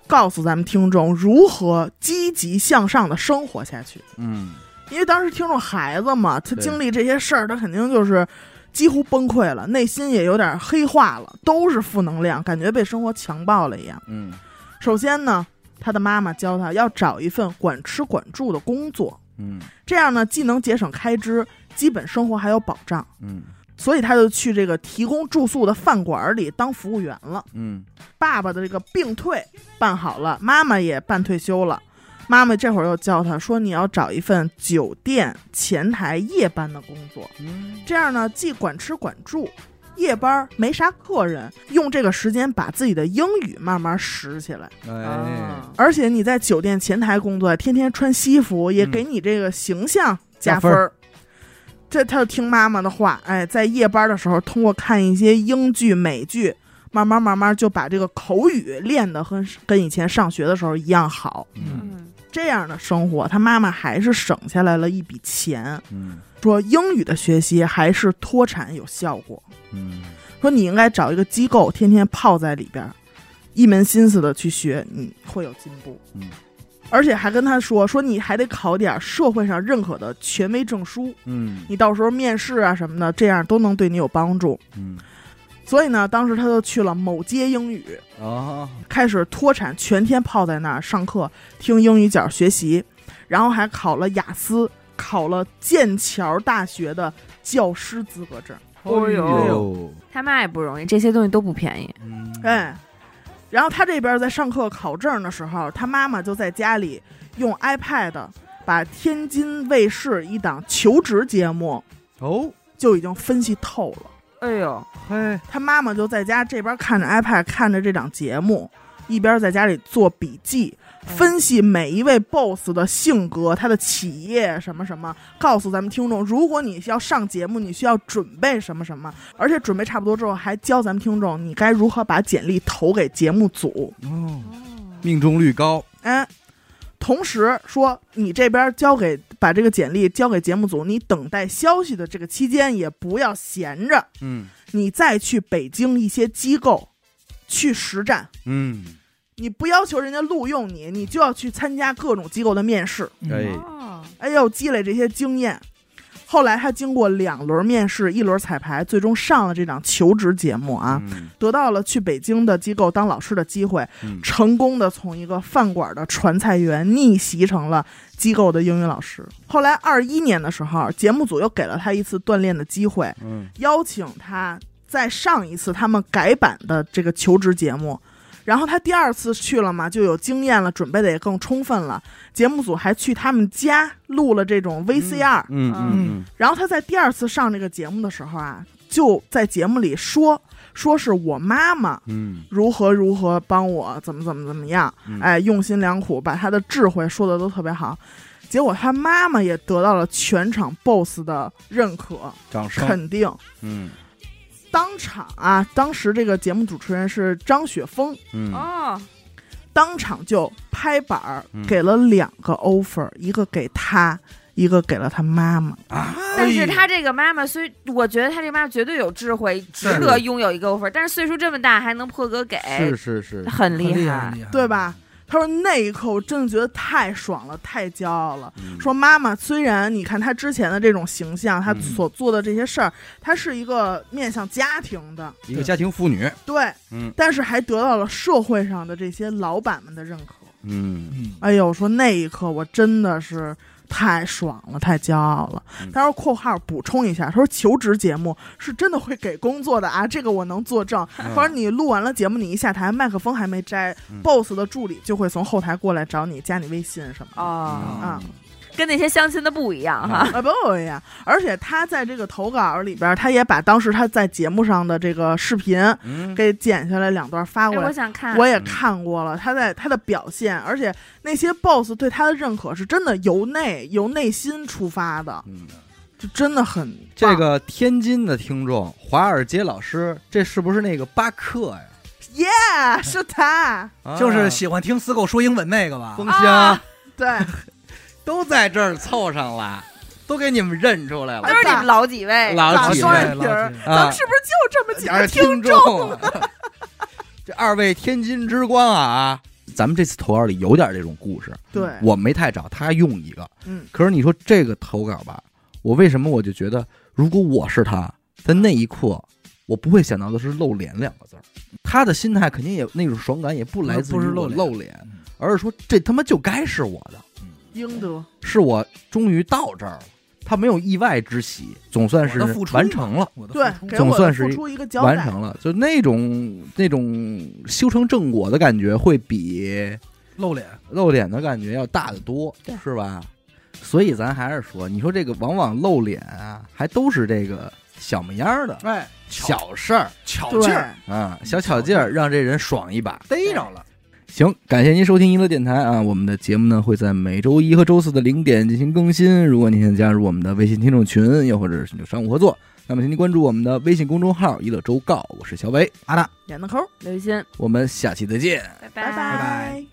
Speaker 2: 告诉咱们听众如何积极向上的生活下去。
Speaker 1: 嗯，
Speaker 2: 因为当时听众孩子嘛，他
Speaker 1: 对
Speaker 2: 经历这些事儿，他肯定就是几乎崩溃了，内心也有点黑化了，都是负能量，感觉被生活强暴了一样。
Speaker 1: 嗯
Speaker 2: 首先呢，他的妈妈教他要找一份管吃管住的工作，
Speaker 1: 嗯
Speaker 2: 这样呢既能节省开支，基本生活还有保障。
Speaker 1: 嗯
Speaker 2: 所以他就去这个提供住宿的饭馆儿里当服务员了。
Speaker 1: 嗯
Speaker 2: 爸爸的这个病退办好了，妈妈也办退休了。妈妈这会儿又叫他说：“你要找一份酒店前台夜班的工作，
Speaker 1: 嗯
Speaker 2: 这样呢既管吃管住，夜班儿没啥客人，用这个时间把自己的英语慢慢拾起来。
Speaker 1: 哎，
Speaker 2: 而且你在酒店前台工作，天天穿西服，也
Speaker 1: 嗯
Speaker 2: 给你这个形象加
Speaker 1: 加分
Speaker 2: 儿。这他就听妈妈的话，哎，在夜班的时候，通过看一些英剧、美剧，慢慢慢慢就把这个口语练得和跟以前上学的时候一样好。
Speaker 1: 嗯
Speaker 4: 嗯
Speaker 2: 这样的生活，他妈妈还是省下来了一笔钱。
Speaker 1: 嗯
Speaker 2: 说英语的学习还是脱产有效果。
Speaker 1: 嗯
Speaker 2: 说你应该找一个机构，天天泡在里边儿，一门心思的去学，你会有进步。
Speaker 1: 嗯，
Speaker 2: 而且还跟他说说你还得考点儿社会上认可的权威证书，
Speaker 1: 嗯
Speaker 2: 你到时候面试啊什么的，这样都能对你有帮助。
Speaker 1: 嗯，
Speaker 2: 所以呢，当时他就去了某街英语，
Speaker 1: 哦，
Speaker 2: 开始脱产，全天泡在那儿上课，听英语角学习，然后还考了雅思，考了剑桥大学的教师资格证。
Speaker 4: 哦呦
Speaker 1: 哎呦，
Speaker 4: 他妈也不容易，这些东西都不便宜。
Speaker 1: 嗯，
Speaker 2: 哎，然后他这边在上课考证的时候，他妈妈就在家里用 iPad 把天津卫视一档求职节目
Speaker 1: 哦，
Speaker 2: 就已经分析透了。
Speaker 4: 哎呦，
Speaker 1: 嘿，
Speaker 2: 他妈妈就在家这边看着 iPad 看着这档节目，一边在家里做笔记，分析每一位 boss 的性格、他的企业什么什么，告诉咱们听众，如果你要上节目，你需要准备什么什么，而且准备差不多之后，还教咱们听众你该如何把简历投给节目组。
Speaker 1: 哦，命中率高，
Speaker 2: 哎，同时说你这边交给把这个简历交给节目组，你等待消息的这个期间也不要闲着，
Speaker 1: 嗯
Speaker 2: 你再去北京一些机构去实战。
Speaker 1: 嗯，
Speaker 2: 你不要求人家录用你，你就要去参加各种机构的面试。
Speaker 1: 哎
Speaker 3: 嗯
Speaker 4: 哦，
Speaker 2: 哎呦，积累这些经验。后来他经过两轮面试，一轮彩排，最终上了这档求职节目啊，
Speaker 1: 嗯，
Speaker 2: 得到了去北京的机构当老师的机会。
Speaker 1: 嗯
Speaker 2: 成功的从一个饭馆的传菜员逆袭成了机构的英语老师。后来二一年的时候，节目组又给了他一次锻炼的机会，
Speaker 1: 嗯
Speaker 2: 邀请他在上一次他们改版的这个求职节目。然后他第二次去了嘛，就有经验了，准备的也更充分了。节目组还去他们家录了这种 VCR、
Speaker 1: 嗯嗯
Speaker 2: 然后他在第二次上这个节目的时候啊，就在节目里说，说是我妈妈
Speaker 1: 嗯
Speaker 2: 如何如何帮我，怎么怎么怎么样，
Speaker 1: 嗯
Speaker 2: 哎，用心良苦，把他的智慧说的都特别好。结果他妈妈也得到了全场 BOSS 的认可、
Speaker 1: 掌声，
Speaker 2: 肯定。
Speaker 1: 嗯
Speaker 2: 当场啊，当时这个节目主持人是张雪峰，
Speaker 1: 嗯
Speaker 4: 哦，
Speaker 2: 当场就拍板儿
Speaker 1: 嗯
Speaker 2: 给了两个 offer，、一个给他，一个给了他妈妈。
Speaker 1: 啊，
Speaker 4: 但
Speaker 3: 哎
Speaker 4: 是他这个妈妈虽，我觉得他这妈妈绝对有智慧，值得拥有一个 offer，但是岁数这么大还能破格给，
Speaker 1: 是是是，
Speaker 4: 很
Speaker 3: 很
Speaker 4: 厉
Speaker 3: 厉害，很厉害
Speaker 2: 对吧？
Speaker 1: 嗯
Speaker 2: 他说那一刻我真的觉得太爽了，太骄傲了。
Speaker 1: 嗯
Speaker 2: 说妈妈，虽然你看她之前的这种形象，她
Speaker 1: 嗯
Speaker 2: 所做的这些事儿，她是一个面向家庭的，
Speaker 1: 一个家庭妇女，
Speaker 2: 对，
Speaker 1: 嗯
Speaker 2: 但是还得到了社会上的这些老板们的认可。
Speaker 1: 嗯
Speaker 3: 嗯，
Speaker 2: 哎呦，说那一刻我真的是太爽了，太骄傲了
Speaker 1: 嗯。
Speaker 2: 他说（括号补充一下），他说求职节目是真的会给工作的啊，这个我能作证。
Speaker 1: 嗯
Speaker 2: 他说你录完了节目，你一下台，麦克风还没摘、
Speaker 1: 嗯
Speaker 2: b o s s 的助理就会从后台过来找你，加你微信什么的。
Speaker 1: 嗯
Speaker 4: 哦，
Speaker 2: 啊
Speaker 4: 跟那些相亲的不一样哈。
Speaker 2: 啊不一样，而且他在这个投稿里边儿，他也把当时他在节目上的这个视频
Speaker 1: 嗯
Speaker 2: 给剪下来两段发
Speaker 4: 哎，
Speaker 2: 过
Speaker 4: 我
Speaker 2: 来。
Speaker 4: 想看，
Speaker 2: 我也看过了，他在他的表现，而且那些 boss 对他的认可是真的由内由内心出发的，
Speaker 1: 嗯。
Speaker 2: 就真的很
Speaker 1: 这
Speaker 2: 棒
Speaker 1: 个天津的听众，华尔街老师，这是不是那个巴克呀？
Speaker 2: yeah 哎是他，
Speaker 1: 啊
Speaker 3: 就是喜欢听死狗说英文那个吧？
Speaker 1: 风
Speaker 4: 啊
Speaker 1: 箱
Speaker 2: 对，
Speaker 1: 都在这儿凑上了，都给你们认出来了
Speaker 4: 都是你们老几位，
Speaker 1: 老
Speaker 2: 打
Speaker 1: 几
Speaker 2: 双
Speaker 1: 位
Speaker 2: 眼皮儿
Speaker 3: 老几位，
Speaker 2: 咱
Speaker 1: 啊
Speaker 2: 们是不是就这么几
Speaker 1: 俩
Speaker 2: 个
Speaker 1: 是
Speaker 2: 听众？
Speaker 1: 众。 这二位天津之光啊，咱们这次投稿里有点这种故事，
Speaker 2: 对，
Speaker 1: 我没太找，他用一个。
Speaker 2: 嗯，
Speaker 1: 可是你说这个投稿吧，我为什么我就觉得，如果我是他，在那一刻，我不会想到的是“露脸”两个字儿。他的心态肯定也那种爽感也不来自于
Speaker 3: 不是
Speaker 1: 我
Speaker 3: 露脸
Speaker 1: 露脸
Speaker 3: 嗯，
Speaker 1: 而是说这他妈就该是我的，
Speaker 2: 应得，
Speaker 1: 是我终于到这儿了，他没有意外之喜，总算是
Speaker 3: 我的付出嘛
Speaker 1: 完成了。
Speaker 3: 我的
Speaker 2: 对
Speaker 3: 付，出
Speaker 2: 给
Speaker 1: 总
Speaker 2: 我的
Speaker 1: 算是
Speaker 2: 付
Speaker 1: 一
Speaker 2: 出一个交
Speaker 1: 完
Speaker 2: 代。
Speaker 1: 成了，就那种那种修成正果的感觉，会比
Speaker 3: 露脸，
Speaker 1: 露脸的感觉要大得多，是吧？所以咱还是说，你说这个往往露脸啊，还都是这个小模样儿的
Speaker 3: 哎，巧
Speaker 1: 小事儿
Speaker 3: 巧劲
Speaker 2: 对
Speaker 3: 儿，
Speaker 1: 啊，小巧劲儿，让这人爽一把。
Speaker 3: 逮着了，
Speaker 1: 行，感谢您收听娱乐电台啊！我们的节目呢会在每周一和周四的零点进行更新。如果您想加入我们的微信听众群，又或者是寻求商务合作，那么请您关注我们的微信公众号“娱乐周告”，我是小伟，
Speaker 3: 阿达。
Speaker 2: 闫德抠，
Speaker 4: 刘雨欣，
Speaker 1: 我们下期再见。
Speaker 4: 拜
Speaker 2: 拜
Speaker 3: 拜
Speaker 2: 拜。